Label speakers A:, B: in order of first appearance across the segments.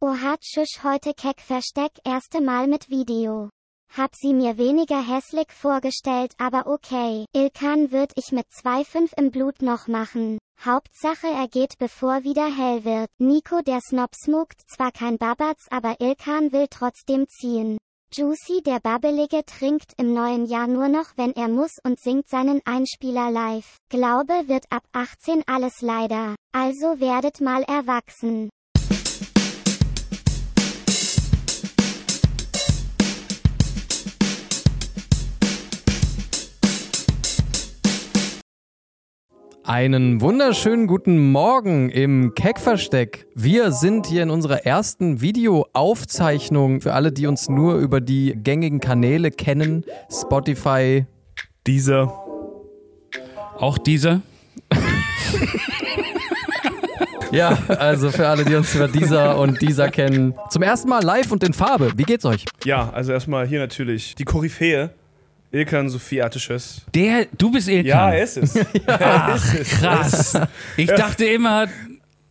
A: Oha tschüss heute keck Versteck erste Mal mit Video. Hab sie mir weniger hässlich vorgestellt, aber okay. Ilkan wird ich mit 2,5 im Blut noch machen. Hauptsache er geht bevor wieder hell wird. Nico der Snob smugt zwar kein Babatz, aber Ilkan will trotzdem ziehen. Juicy der Babbelige trinkt im neuen Jahr nur noch wenn er muss und singt seinen Einspieler live. Glaube wird ab 18 alles leider. Also werdet mal erwachsen.
B: Einen wunderschönen guten Morgen im Keckversteck. Wir sind hier in unserer ersten Videoaufzeichnung für alle, die uns nur über die gängigen Kanäle kennen. Spotify.
C: Dieser.
D: Auch dieser?
B: Ja, also für alle, die uns über dieser und dieser kennen. Zum ersten Mal live und in Farbe. Wie geht's euch?
C: Ja, also erstmal hier natürlich die Koryphäe. Ilkan Sophie Attisches.
D: Der, du bist Ilkan.
B: Hm.
C: Ja, er ist es. er ist es.
D: Krass. Ich dachte immer,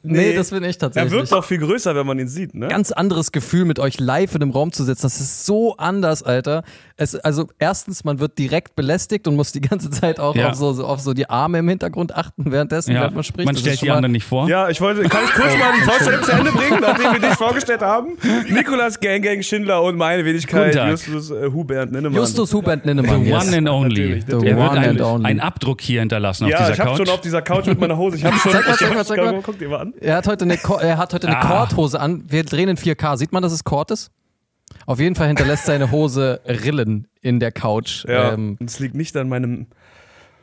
B: Nee,
C: Nee.
B: das bin ich
C: Er
B: tatsächlich.
C: wirkt auch viel größer, wenn man ihn sieht, ne?
B: ganz anderes Gefühl, mit euch live in dem Raum zu sitzen. Das ist so anders, Alter. Es, also erstens, man wird direkt belästigt und muss die ganze Zeit auch
D: Ja.
B: auf, so, so, auf so die Arme im Hintergrund achten, währenddessen,
D: ja,
B: während man
D: man
B: spricht. Das ist
D: stellt
B: schon
D: die
B: mal-
D: anderen nicht vor.
C: Ja, ich wollte, kann ich kurz
B: Oh.
C: mal die Vorstellung zu Ende bringen, nachdem wir dich vorgestellt haben? Nikolas Gang Gang Schindler und meine Wenigkeit
D: Guten Tag.
C: Justus äh, Hubert Ninnemann.
B: Justus Hubert
D: The
B: Ninnemann. yes.
D: one and only.
C: natürlich,
D: Er
B: natürlich. The
D: wird
B: one
D: ein,
B: and only.
D: einen Abdruck hier hinterlassen auf
C: ja,
D: dieser
C: ich hab
D: Couch.
C: schon auf dieser Couch mit meiner Hose, ich hab schon...
B: Zeig mal,
C: ich
B: zeig mal,
C: hab-
B: zeig mal.
C: guck- Guck dir mal an.
B: Er hat heute eine, Ko- er hat heute eine
D: Ah.
B: Korthose an. Wir drehen in 4K. Sieht man, dass es Kord ist? Auf jeden Fall hinterlässt seine Hose Rillen in der Couch.
C: Ja,
B: Ähm,
C: und es liegt nicht an meinem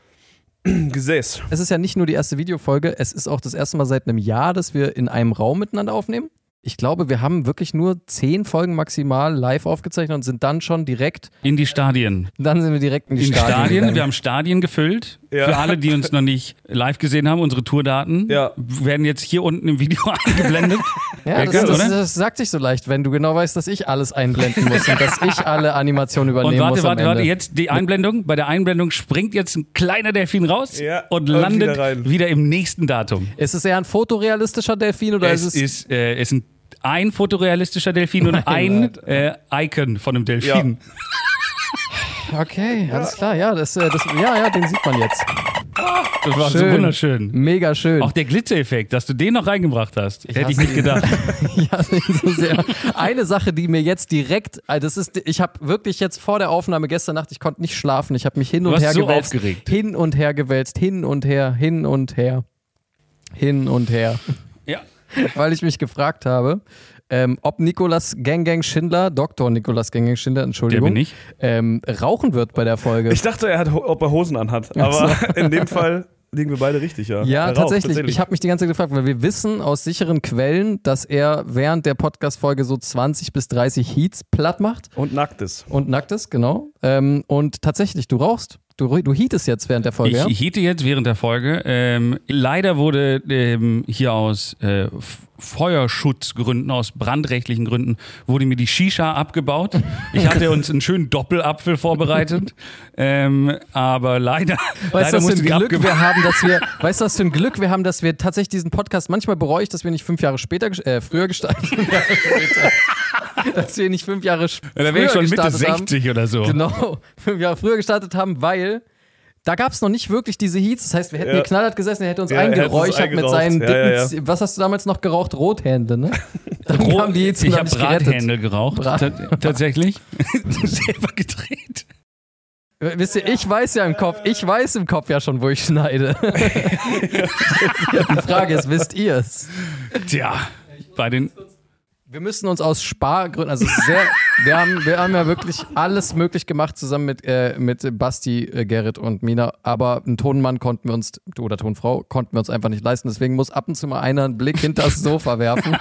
C: Gesäß.
B: es ist ja nicht nur die erste Videofolge, es ist auch das erste Mal seit einem Jahr, dass wir in einem Raum miteinander aufnehmen. Ich glaube, wir haben wirklich nur zehn Folgen maximal live aufgezeichnet und sind dann schon direkt,
D: In die Stadien.
B: dann sind wir direkt in die
D: In Stadien.
B: Stadien. gegangen.
D: Wir haben Stadien gefüllt.
C: Ja.
D: Für alle, die uns noch nicht live gesehen haben, unsere Tourdaten
C: Ja.
D: werden jetzt hier unten im Video eingeblendet.
B: ja, das,
D: Ja,
B: das,
D: oder?
B: das sagt sich so leicht, wenn du genau weißt, dass ich alles einblenden muss und dass ich alle Animationen übernehmen
D: Und
B: muss
D: warte,
B: am
D: warte,
B: Ende.
D: warte, jetzt die Einblendung. Bei der Einblendung springt jetzt ein kleiner Delfin raus
C: Ja, und
D: und landet
C: wieder rein.
D: wieder im nächsten Datum.
B: Ist es eher ein fotorealistischer Delfin oder
D: es
B: ist es
D: ist, äh, es sind ein fotorealistischer Delfin und ein äh, Icon von einem Delfin.
B: Okay, alles klar, ja, das, äh, das, ja, ja, den sieht man jetzt.
D: Das war so
B: Schön.
D: wunderschön.
B: Mega schön.
D: Auch der Glitzereffekt, dass du den noch reingebracht hast, hätte ich
B: hasse
D: nicht
B: ihn.
D: gedacht.
B: ja, nicht so sehr. Eine Sache, die mir jetzt direkt, äh, das ist, ich habe wirklich jetzt vor der Aufnahme gestern Nacht, ich konnte nicht schlafen, ich habe mich hin und
D: warst
B: her
D: so
B: gewälzt,
D: aufgeregt.
B: hin und her gewälzt, hin und her, hin und her, hin und her,
D: Ja.
B: weil ich mich gefragt habe, ähm, ob Nikolas Gang Gang Schindler, Dr. Nikolas Gang Gang Schindler,
D: Der
B: Entschuldigung,
D: bin ich.
B: Ähm, rauchen wird bei der Folge.
C: Ich dachte, er hat, Ho- ob er Hosen anhat, aber in dem Fall liegen wir beide richtig, ja.
B: Ja,
C: Er raucht,
B: tatsächlich. Ich habe mich die ganze Zeit gefragt, weil wir wissen aus sicheren Quellen, dass er während der Podcast-Folge so 20 bis 30 Heats platt macht
C: Und nacktes.
B: und nackt ist, genau. Ähm, und tatsächlich, du rauchst. Du, du heatest jetzt während der Folge, ja?
D: Ich hiete jetzt während der Folge. Ähm, leider wurde ähm, hier aus äh, F- Feuerschutzgründen, aus brandrechtlichen Gründen, wurde mir die Shisha abgebaut. Ich hatte uns einen schönen Doppelapfel vorbereitet, ähm, aber leider,
B: Weißt du,
D: leider
B: was für
D: musste
B: ein
D: die
B: Glück
D: abgebaut
B: wir haben, dass wir, weißt du, was für ein Glück wir haben, dass wir tatsächlich diesen Podcast, manchmal bereue ich, dass wir nicht fünf Jahre später, gest- äh, früher gestartet fünf Jahre später, dass wir nicht fünf Jahre sp-
D: Da
B: früher
D: wäre ich schon Mitte
B: gestartet haben.
D: 60 oder so.
B: Genau, fünf Jahre früher gestartet haben, weil da gab es noch nicht wirklich diese Heats. Das heißt, wir hätten
C: Ja.
B: hier knallhart gesessen, er hätte uns
C: Ja, er hätte uns
B: eingeräuchert mit
C: eingeraucht.
B: seinen
C: Ja,
B: dicken,
C: ja, ja.
B: Z- was hast du damals noch geraucht? Rothände, ne? Dann kamen die Heats und
D: ich
B: haben
D: habe
B: dich gerettet.
D: Brathändel geraucht,
B: Brat-
D: ta- tatsächlich. Selber gedreht.
B: Wisst ihr, ich weiß ja im Kopf, ich weiß im Kopf ja schon, wo ich schneide. Die Frage ist, wisst ihr es?
D: Tja, bei den.
B: Wir müssen uns aus Spargründen, also es ist sehr, wir, haben, wir haben ja wirklich alles möglich gemacht zusammen mit, äh, mit Basti, äh, Gerrit und Mina, aber einen Tonmann konnten wir uns, oder Tonfrau, konnten wir uns einfach nicht leisten. Deswegen muss ab und zu mal einer einen Blick hinter das Sofa werfen,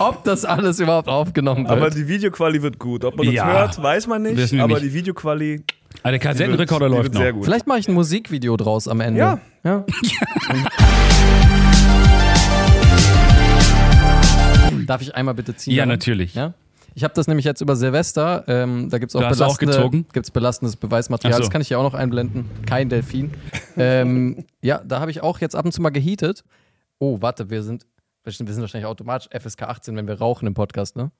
B: ob das alles überhaupt aufgenommen wird.
C: Aber die Videoquali wird gut. Ob man das
D: Ja.
C: hört, weiß man nicht.
D: Wissen wir
C: Aber
D: nicht.
C: die Videoquali
D: Ah,
C: die
D: der
C: wird,
D: Kassettenrekorder
C: die
D: läuft
C: wird
D: noch.
C: sehr gut.
B: Vielleicht mache ich ein Musikvideo draus am Ende.
C: Ja.
B: ja. Darf ich einmal bitte ziehen?
D: Ja,
B: Daran?
D: natürlich.
B: Ja? Ich habe das nämlich jetzt über Silvester. Ähm, da gibt es auch,
D: Da hast du auch
B: belastende-
D: gezogen?
B: gibt's belastendes Beweismaterial.
D: Ach so.
B: Das kann ich ja auch noch einblenden. Kein Delfin. ähm, ja, da habe ich auch jetzt ab und zu mal gehietet. Oh, warte, wir sind. Bestimmt, wir sind wahrscheinlich automatisch FSK 18, wenn wir rauchen im Podcast, ne?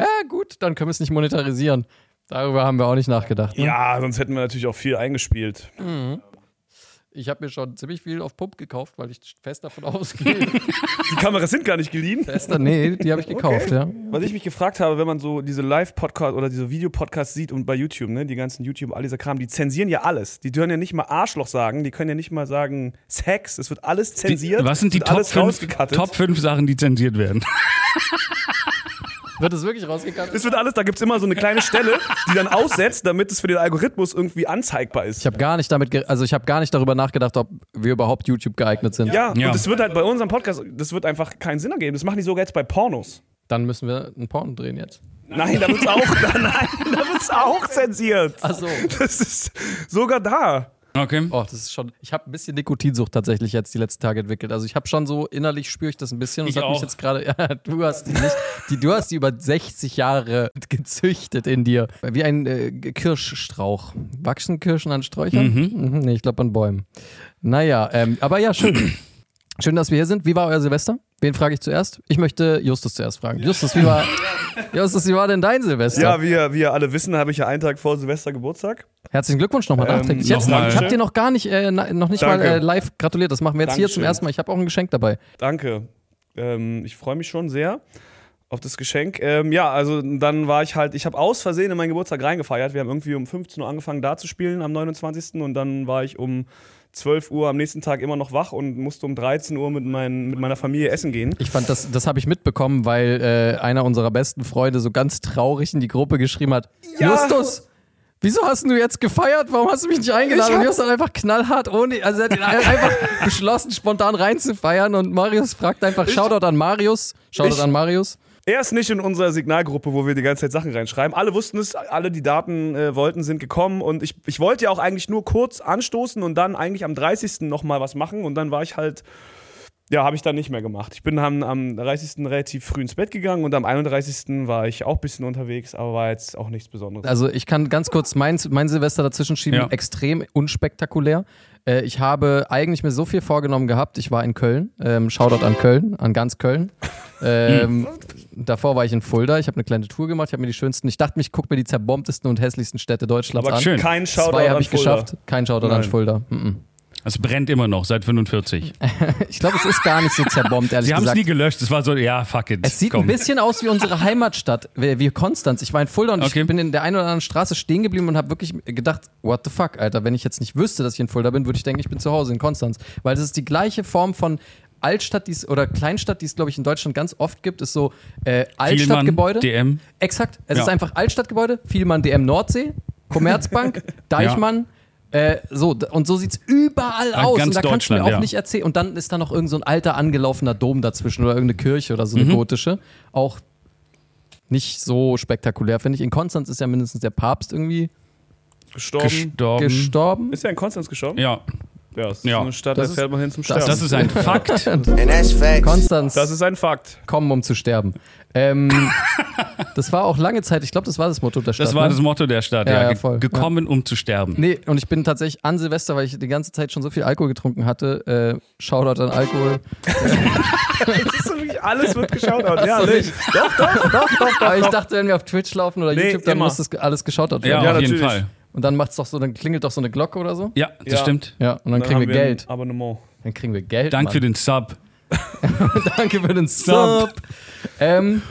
B: Ja, gut, dann können wir es nicht monetarisieren. Darüber haben wir auch nicht nachgedacht. Ne?
C: Ja, sonst hätten wir natürlich auch viel eingespielt.
B: Ich habe mir schon ziemlich viel auf Pump gekauft, weil ich fest davon ausgehe.
C: Die Kameras sind gar nicht geliehen.
B: Fester, nee, die habe ich gekauft, ja.
C: Was ich mich gefragt habe, wenn man so diese Live-Podcast oder diese Videopodcasts sieht und bei YouTube, ne, die ganzen YouTube, all dieser Kram, die zensieren ja alles. Die dürfen ja nicht mal Arschloch sagen, die können ja nicht mal sagen Sex, es wird alles zensiert.
D: was sind die
C: wird
D: Top
C: alles
D: 5,
C: rausgekattet.
D: Top fünf Sachen, die zensiert werden?
B: Wird es wirklich rausgegangen?
C: Es wird alles, da gibt es immer so eine kleine Stelle, die dann aussetzt, damit es für den Algorithmus irgendwie anzeigbar ist.
B: Ich habe gar nicht damit, ge also ich habe gar nicht darüber nachgedacht, ob wir überhaupt YouTube geeignet sind.
C: Ja,
D: Ja.
C: und das wird halt bei unserem Podcast, das wird einfach keinen Sinn ergeben. Das machen die sogar jetzt bei Pornos.
B: Dann müssen wir einen Porn drehen jetzt.
C: Nein, da wird's auch, nein, da wird's auch zensiert.
B: Ach so.
C: Das ist sogar da.
D: Okay.
B: Oh, das ist schon. Ich habe ein bisschen Nikotinsucht tatsächlich jetzt die letzten Tage entwickelt. Also ich habe schon so innerlich spüre ich das ein bisschen und
D: Ich
B: es hat mich
D: auch.
B: jetzt gerade. Ja, du hast die nicht. Die, du hast die über 60 Jahre gezüchtet in dir, wie ein äh, Kirschstrauch. Wachsen Kirschen an Sträuchern? Mhm, nee, ich glaube an Bäumen. Naja, ähm, aber ja schön. Schön, dass wir hier sind. Wie war euer Silvester? Wen frage ich zuerst? Ich möchte Justus zuerst fragen. Justus, wie war, Justus, wie war denn dein Silvester?
C: Ja, wie ihr, wie ihr alle wissen, habe ich ja einen Tag vor Silvester Geburtag.
B: Herzlichen Glückwunsch nochmal
C: Ähm,
B: nachträglich. Jetzt,
D: nochmal.
B: ich habe dir noch gar nicht, äh, na, noch nicht
C: Danke.
B: mal äh, live gratuliert. Das machen wir jetzt hier
C: Dankeschön.
B: zum ersten Mal. Ich habe auch ein Geschenk dabei.
C: Danke. Ähm, ich freue mich schon sehr auf das Geschenk. Ähm, ja, also dann war ich halt, ich habe aus Versehen in meinen Geburtstag reingefeiert. Wir haben irgendwie um 15 Uhr angefangen da zu spielen am 29. und dann war ich um 12 Uhr am nächsten Tag immer noch wach und musste um 13 Uhr mit, meinen- mit meiner Familie essen gehen.
B: Ich fand, das, das habe ich mitbekommen, weil äh, einer unserer besten Freunde so ganz traurig in die Gruppe geschrieben hat:
C: Ja.
B: Justus! Wieso hast du jetzt gefeiert? Warum hast du mich nicht eingeladen?
C: Ich
B: Und
C: hab-
B: Justus hat einfach knallhart ohne, also er hat ihn einfach beschlossen, spontan reinzufeiern. Und Marius fragt einfach: Shoutout an Marius. Shoutout
C: Ich-
B: an Marius.
C: Er ist nicht in unserer Signalgruppe, wo wir die ganze Zeit Sachen reinschreiben. Alle wussten es, alle, die Daten äh, wollten, sind gekommen. Und ich, ich wollte ja auch eigentlich nur kurz anstoßen und dann eigentlich am 30. nochmal was machen. Und dann war ich halt, ja, habe ich dann nicht mehr gemacht. Ich bin am, am 30. relativ früh ins Bett gegangen und am 31. war ich auch ein bisschen unterwegs, aber war jetzt auch nichts Besonderes.
B: Also ich kann ganz kurz mein, mein Silvester dazwischen schieben,
D: Ja.
B: extrem unspektakulär. Äh, ich habe eigentlich mir so viel vorgenommen gehabt. Ich war in Köln, ähm, Shoutout an Köln, an ganz Köln. Ähm, davor war ich in Fulda, ich habe eine kleine Tour gemacht, ich habe mir die schönsten, ich dachte, mich guck mir die zerbombtesten und hässlichsten Städte Deutschlands
C: aber
B: an.
D: schön.
C: kein Shoutout
B: Zwei
C: an
B: habe ich
C: Fulda.
B: geschafft, kein Shoutout an
C: Nein.
B: Fulda. Mhm.
D: Es brennt immer noch seit 45.
B: Ich glaube, es ist gar nicht so zerbombt, ehrlich
D: Sie haben es
B: gesagt.
D: nie gelöscht. Es war so, ja, fuck it.
B: Es sieht ein bisschen aus wie unsere Heimatstadt, wie wie Konstanz. Ich war in Fulda und
D: Okay.
B: ich bin in der einen oder anderen Straße stehen geblieben und habe wirklich gedacht, what the fuck, Alter, wenn ich jetzt nicht wüsste, dass ich in Fulda bin, würde ich denken, ich bin zu Hause in Konstanz. Weil es ist die gleiche Form von Altstadt die's, oder Kleinstadt, die es, glaube ich, in Deutschland ganz oft gibt, ist so äh,
D: Vielmann,
B: Altstadtgebäude.
D: DM.
B: Exakt. Es
D: Ja.
B: ist einfach Altstadtgebäude, Vielmann DM Nordsee, Commerzbank, Deichmann. Äh, so, d- und so sieht's überall aus.
D: ganz
B: und da kannst du mir
D: Deutschland,
B: auch
D: ja.
B: nicht erzählen. Und dann ist da noch irgend so ein alter angelaufener Dom dazwischen oder irgendeine Kirche oder so
D: Mhm.
B: eine gotische. Auch nicht so spektakulär, finde ich. In Konstanz ist ja mindestens der Papst irgendwie
C: Gestorben.
D: gestorben.
B: gestorben.
C: ist er in Konstanz gestorben?
D: ja,
C: Ja, es ist
D: Ja.
C: so eine Stadt,
B: Das
C: da
B: ist-
C: fährt man hin zum
B: das-
C: Sterben.
D: das ist ein Fakt.
E: And that's facts.
B: Konstanz
C: das ist ein Fakt.
B: kommen, um zu sterben. Ähm, das war auch lange Zeit, ich glaube, das war das Motto der Stadt.
D: Das war
B: ne?
D: das Motto der Stadt.
B: Ja,
D: Ja,
B: ja,
D: Ge-
B: voll.
D: Gekommen, um zu sterben.
B: Nee, und ich bin tatsächlich an Silvester, weil ich die ganze Zeit schon so viel Alkohol getrunken hatte. Äh, Shoutout an Alkohol.
C: Das ist wirklich, alles wird geschaut. Ja,
B: so,
C: nicht. Doch, doch, doch, doch, doch.
B: Aber ich dachte, wenn wir auf Twitch laufen oder
C: Nee,
B: YouTube, dann
C: immer.
B: muss das ge- alles geschaut werden.
D: Ja,
C: Ja,
D: auf jeden
C: natürlich.
D: Fall.
B: Und dann macht's doch so, dann klingelt doch so eine Glocke oder so.
D: Ja, das
C: Ja.
D: stimmt.
B: Ja, und dann,
C: Dann
B: kriegen wir
C: haben ein
B: Geld.
C: Abonnement.
B: Dann kriegen wir Geld.
D: Dank
B: Mann.
D: für den Sub.
B: Danke für den Sub. ähm,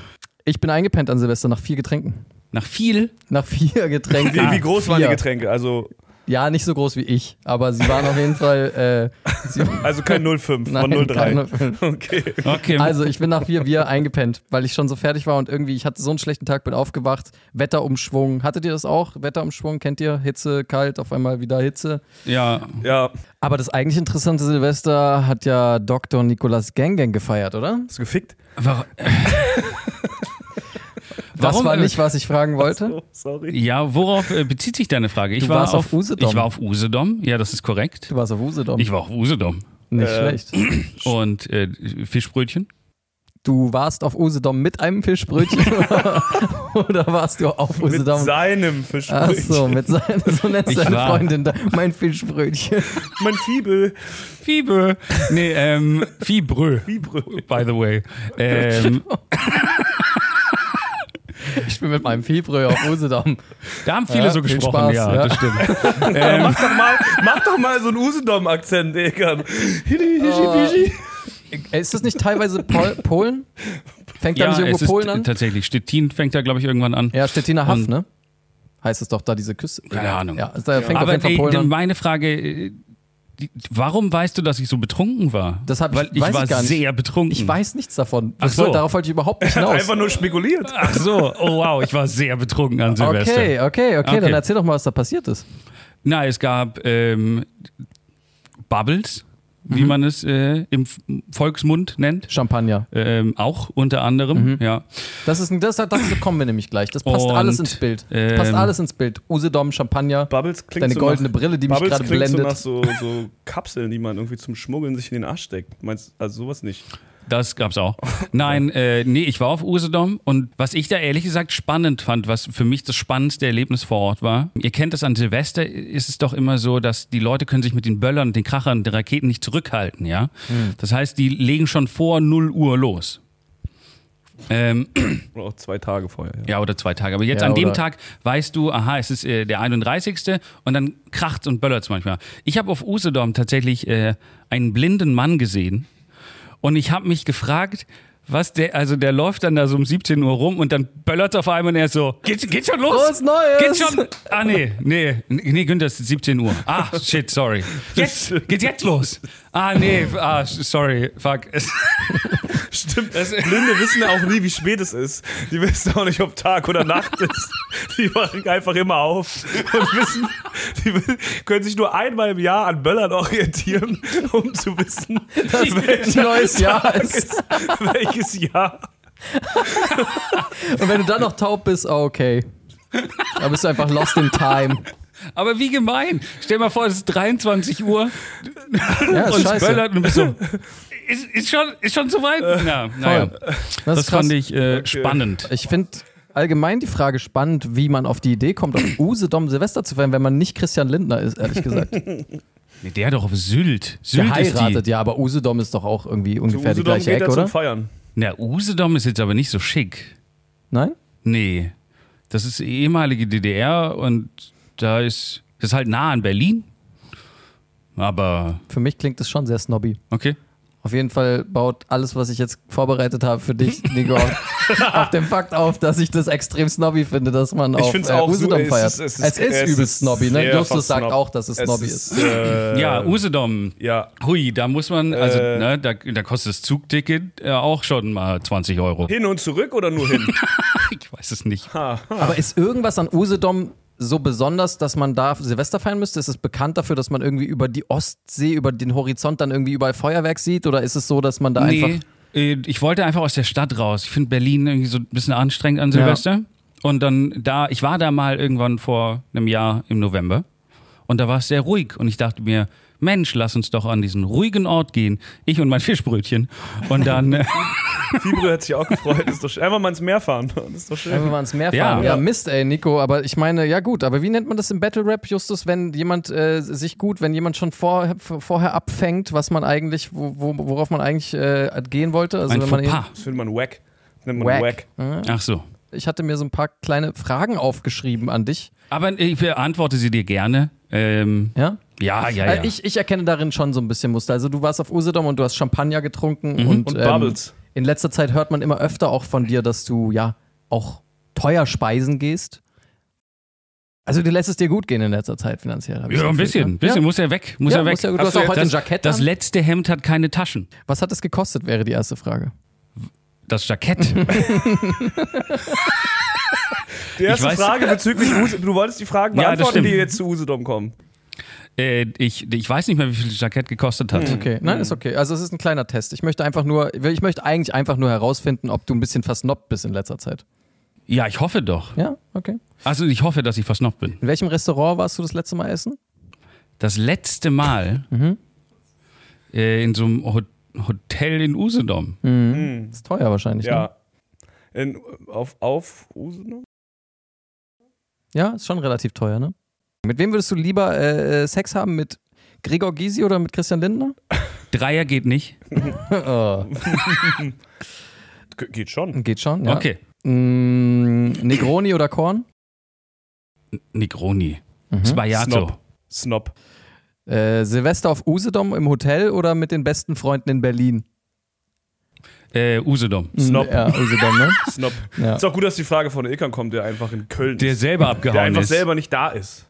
B: ich bin eingepennt an Silvester nach vier Getränken.
D: Nach viel.
B: Nach vier Getränken.
C: Wie, wie groß waren die
B: Ah, Vier.
C: Getränke? Also,
B: Ja, nicht so groß wie ich, aber sie waren auf jeden Fall äh, sie,
C: also kein 05 von
B: Nein,
C: 03.
B: keine-
C: Okay.
D: Okay.
B: Also ich bin nach vier Bier eingepennt, weil ich schon so fertig war und irgendwie, ich hatte so einen schlechten Tag, bin aufgewacht, Wetterumschwung. Hattet ihr das auch? Wetterumschwung, kennt ihr? Hitze, kalt, auf einmal wieder Hitze.
D: ja.
C: Ja,
B: Aber das eigentlich interessante Silvester hat ja Dr. Nicolas Gengen gefeiert, oder?
C: hast du gefickt?
D: Wa-
B: das
D: Warum,
B: war
D: äh,
B: nicht, was ich fragen wollte.
C: Oh, sorry.
D: Ja, worauf äh, bezieht sich deine Frage? Ich
B: Du
D: war
B: warst auf Usedom.
D: Ich war auf Usedom. Ja, das ist korrekt.
B: Du warst auf Usedom.
D: Ich war auf Usedom.
B: nicht
C: äh,
B: schlecht.
D: Und äh, Fischbrötchen.
B: du warst auf Usedom mit einem Fischbrötchen oder, oder warst du auf
C: Mit
B: Usedom?
C: seinem Fischbrötchen.
B: Achso, mit seiner, so nennt
D: Ich
B: seine
D: war-
B: Freundin da, mein Fischbrötchen.
C: Mein Fiebel.
D: Fiebe. Nee, ähm, Fiebrö.
C: Fiebrö.
D: By the way. Ähm,
B: Ich bin mit meinem Fiebrö auf Usedom.
D: da haben viele
B: Ja,
D: so
B: viel Spaß,
D: gesprochen, ja,
B: ja.
D: das stimmt.
C: mach, doch mal, mach doch mal so einen Usedom-Akzent, Ekan. Hidi, hischi, pischi.
B: Äh, Ist das nicht teilweise Pol Polen? Fängt da
D: Ja,
B: nicht
D: es
B: irgendwo
D: ist
B: Polen an?
D: tatsächlich. Stettin fängt da, glaube ich, irgendwann an.
B: Ja, Stettiner Haff,
D: Und-
B: ne? Heißt es doch da diese Küste.
D: Keine Ahnung.
B: Ja, da fängt auf
D: Aber
B: jeden Fall
D: ey,
B: Polen
D: denn
B: an.
D: meine Frage, äh, die, warum weißt du, dass ich so betrunken war?
B: Das hab ich-
D: Weil ich
B: weiß ich
D: war
B: gar nicht.
D: sehr betrunken.
B: Ich weiß nichts davon.
D: Ach
B: Das wollte-
D: so.
B: darauf wollte ich überhaupt nicht hinaus.
C: Einfach nur spekuliert.
D: Ach so, oh wow, ich war sehr betrunken an Silvester.
B: Okay, okay, okay,
D: Okay.
B: dann erzähl doch mal, was da passiert ist.
D: Na, es gab ähm, Bubbles, wie man es äh, im F- Volksmund nennt.
B: Champagner.
D: Ähm, auch unter anderem, ja.
B: Das ist ein, das, dazu kommen wir nämlich gleich. Das passt
D: Und,
B: alles ins Bild. Das passt
D: ähm,
B: alles ins Bild. Usedom, Champagner,
C: Bubbles klingt
B: deine
C: so
B: goldene
C: nach,
B: Brille, die mich
C: Bubbles
B: gerade
C: klingt so
B: blendet.
C: nach so, so Kapseln, die man irgendwie zum Schmuggeln sich in den Arsch steckt. Meinst also sowas nicht?
D: Das gab's auch. Nein, äh, nee, ich war auf Usedom und was ich da ehrlich gesagt spannend fand, was für mich das spannendste Erlebnis vor Ort war, ihr kennt das an Silvester, ist es doch immer so, dass die Leute können sich mit den Böllern, den Krachern, den Raketen nicht zurückhalten, ja. Das heißt, die legen schon vor 0 Uhr los. Ähm,
C: Oder auch zwei Tage vorher. Ja.
D: ja, oder zwei Tage. Aber jetzt
B: Ja,
D: an dem
B: oder-
D: Tag weißt du, aha, es ist äh, der 31. und dann kracht und böllert es manchmal. Ich habe auf Usedom tatsächlich äh, einen blinden Mann gesehen und ich habe mich gefragt, was der, also der läuft dann da so um 17 Uhr rum und dann böllert auf einmal und er ist so, geht, geht schon los?
B: Frohes Neues!
D: Geht schon? Ah, nee, nee, nee, Günther, es ist 17 Uhr. Ah, shit, sorry. Jetzt, geht jetzt los? Ah, nee, ah, sorry, fuck.
C: Stimmt. Blinde wissen ja auch nie, wie spät es ist. Die wissen auch nicht, ob Tag oder Nacht ist. Die wachen einfach immer auf und wissen, die wi- können sich nur einmal im Jahr an Böllern orientieren, um zu wissen,
B: Ein
C: welcher
B: neues Jahr ist.
C: ist, welches Jahr.
B: Und wenn du dann noch taub bist, oh, okay. Da bist du einfach lost in time.
D: Aber wie gemein. Stell mal vor, es ist 23 Uhr
B: Ja, ist
D: und es
B: scheiße.
D: böllert und du bist so. Ist, ist, schon, ist schon zu weit. Na, naja.
B: Voll.
D: Das,
B: Das, ist krass.
D: fand ich äh, spannend.
B: Ich finde allgemein die Frage spannend, wie man auf die Idee kommt, auf Usedom Silvester zu feiern, wenn man nicht Christian Lindner ist, ehrlich gesagt.
D: Nee, der doch auf Sylt. Sylt
B: Geheiratet,
D: ist die.
B: ja, aber Usedom ist doch auch irgendwie ungefähr die gleiche
C: geht
B: Ecke,
C: er zum
B: oder?
C: Feiern.
D: Na, Usedom ist jetzt aber nicht so schick.
B: Nein?
D: Nee. Das ist ehemalige DDR und da ist. Das ist halt nah an Berlin. Aber.
B: Für mich klingt das schon sehr snobby.
D: Okay.
B: Auf jeden Fall baut alles, was ich jetzt vorbereitet habe für dich, Nico, auf, auf dem Fakt auf, dass ich das extrem snobby finde, dass man auf
C: find's
B: äh,
C: auch so,
B: Usedom
C: es
B: feiert. Es
C: ist-
B: ist,
C: es ist- es
B: übel
C: ist
B: snobby, ne?
C: sehr
B: Justus
C: fast
B: sagt
C: snob.
B: auch, dass es
C: Es
B: snobby
C: ist,
B: ist.
C: äh,
D: ja, Usedom.
C: Ja.
D: Hui, da muss man, also
C: Äh.
D: ne, da, da kostet das Zugticket äh, auch schon mal 20 Euro.
C: Hin und zurück oder nur hin?
D: Ich weiß es nicht.
B: Aber ist irgendwas an Usedom so besonders, dass man da Silvester feiern müsste? Ist es bekannt dafür, dass man irgendwie über die Ostsee, über den Horizont dann irgendwie überall Feuerwerk sieht? Oder ist es so, dass man da
D: Nee,
B: einfach.
D: äh, ich wollte einfach aus der Stadt raus. Ich finde Berlin irgendwie so ein bisschen anstrengend an Silvester. Und dann da, ich war da mal irgendwann vor einem Jahr im November und da war es sehr ruhig und ich dachte mir, Mensch, lass uns doch an diesen ruhigen Ort gehen, ich und mein Fischbrötchen. Und dann, äh,
C: Fibro hat sich auch gefreut. Ist doch schön. Einfach mal ins Meer fahren. Das ist doch schön.
B: Wenn wir ans Meer
D: Ja.
B: fahren. Ja.
D: Ja.
B: Mist, ey, Nico. Aber ich meine, ja gut. Aber wie nennt man das im Battle Rap, Justus, wenn jemand äh, sich gut, wenn jemand schon vor, vor- vorher abfängt, was man eigentlich, wo, wo, worauf man eigentlich äh, gehen wollte? Also
D: ein
B: wenn man
D: Fauxpas.
C: Das findet man wack. Das nennt man
B: Wack.
C: wack.
D: Ach so.
B: Ich hatte mir so ein paar kleine Fragen aufgeschrieben an dich.
D: Aber äh, ich beantworte sie dir gerne. Ähm,
B: Ja.
D: ja, ja, ja.
B: Äh, Ich, ich erkenne darin schon so ein bisschen Muster. Also du warst auf Usedom und du hast Champagner getrunken
D: Mhm.
B: und,
C: Und
B: ähm,
C: Bubbles.
B: In letzter Zeit hört man immer öfter auch von dir, dass du ja auch teuer speisen gehst. Also dir lässt es dir gut gehen in letzter Zeit finanziell. hab ich
D: ja,
B: das
D: ein
B: Gefühl,
D: bisschen,
B: ne?
D: bisschen
B: Ja.
D: muss er weg, muss
B: Ja,
D: er weg.
B: muss ja gut. Du
D: Hast
B: hast auch heute
D: das,
B: ein Jackett
D: Das
B: an.
D: letzte Hemd hat keine Taschen.
B: Was hat es gekostet, wäre die erste Frage.
D: Das Jackett.
C: Die erste
D: weiß-
C: Frage bezüglich Usedom. Du wolltest die Fragen
D: Ja, das
C: beantworten, die
D: stimmt.
C: jetzt zu Usedom kommen.
D: Äh, ich, ich weiß nicht mehr, wie viel das Jackett gekostet hat.
B: Okay, nein, ist okay. Also es ist ein kleiner Test. Ich möchte einfach nur, ich möchte eigentlich einfach nur herausfinden, ob du ein bisschen versnobbt bist in letzter Zeit.
D: Ja, ich hoffe doch.
B: Ja, okay.
D: Also ich hoffe, dass ich versnobbt bin.
B: In welchem Restaurant warst du das letzte Mal essen?
D: Mhm. Das letzte Mal äh, in so einem Ho- Hotel in Usedom.
B: Mhm.
D: Hm,
B: Ist teuer wahrscheinlich. Ja. Ne?
C: Hm. Ja. In, auf, auf Usedom?
B: ja, ist schon relativ teuer, ne? Mit wem würdest du lieber äh, äh, Sex haben? Mit Gregor Gysi oder mit Christian Lindner?
D: Dreier geht nicht.
B: Oh,
C: Ge- Geht
D: Hm.
C: schon.
B: geht schon, ja.
D: Okay.
B: Mm, Negroni oder Korn?
D: Negroni. Sbagliato.
C: Mhm. Snob. Snob.
B: Äh, Silvester auf Usedom im Hotel oder mit den besten Freunden in Berlin? Mm,
D: Äh, Usedom.
C: Snob.
B: Ja, Usedom, ne?
C: Snob.
B: Ja.
C: Ist auch gut, dass die Frage von Ilkan kommt, der einfach in Köln
D: Der
C: ist.
D: selber abgehauen
C: Der einfach
D: ist.
C: selber Äh. nicht da ist.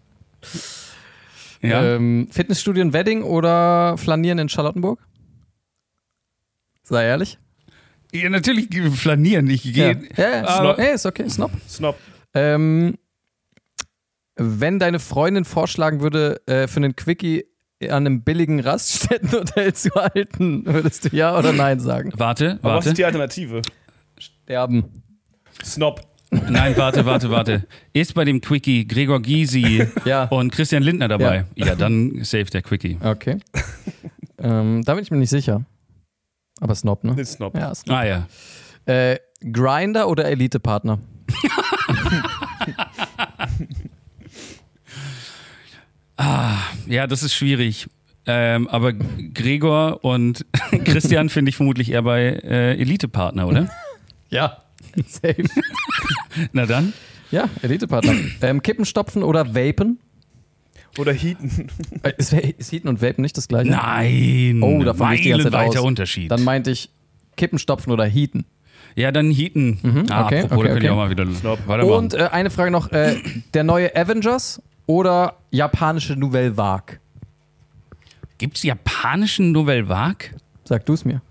D: Ja.
B: Ähm, Fitnessstudio in Wedding oder Flanieren in Charlottenburg? Sei ehrlich.
D: ja, natürlich flanieren. Ich
B: Ja,
D: gehe.
B: ja, ja.
D: Aber-
B: Snob. ja ist okay, Snob.
C: Snob.
B: Ähm, wenn deine Freundin vorschlagen würde, äh, für einen Quickie an einem billigen Raststättenhotel zu halten, würdest du ja oder nein sagen?
D: Warte,
C: Aber was
D: warte.
C: ist die Alternative?
B: Sterben.
C: Snob.
D: Nein, warte, warte, warte. Ist bei dem Quickie Gregor Gysi
B: Ja.
D: und Christian Lindner dabei? Ja, dann safe der Quickie.
B: Okay. ähm, da bin ich mir nicht sicher. Aber Snob, ne?
C: Nee, Snob.
B: Ja, Snob.
D: Ah ja.
B: Äh, Grinder oder Elite-Partner?
D: Ja, das ist schwierig. Ähm, aber Gregor und Christian finde ich vermutlich eher bei äh, Elite-Partner, oder?
B: Ja. Safe.
D: Na dann.
B: Ja, Elite-Partner. ähm, Kippen stopfen oder Vapen?
C: Oder Heaton.
B: Äh, ist, ist Heaten und Vapen nicht das gleiche?
D: Nein.
B: Oh, davon gehe ich die ganze Zeit
D: weiter
B: aus.
D: Unterschied.
B: Dann meinte ich Kippen stopfen oder Heaten.
D: ja, dann Heaton. ah,
B: Mhm, okay,
D: apropos,
B: okay,
D: da könnte
B: okay.
D: ich auch mal wieder weitermachen.
B: Und äh, eine Frage noch: äh, Der neue Avengers oder japanische Nouvelle Vague?
D: Gibt's japanischen Nouvelle Vague?
B: Sag du es mir.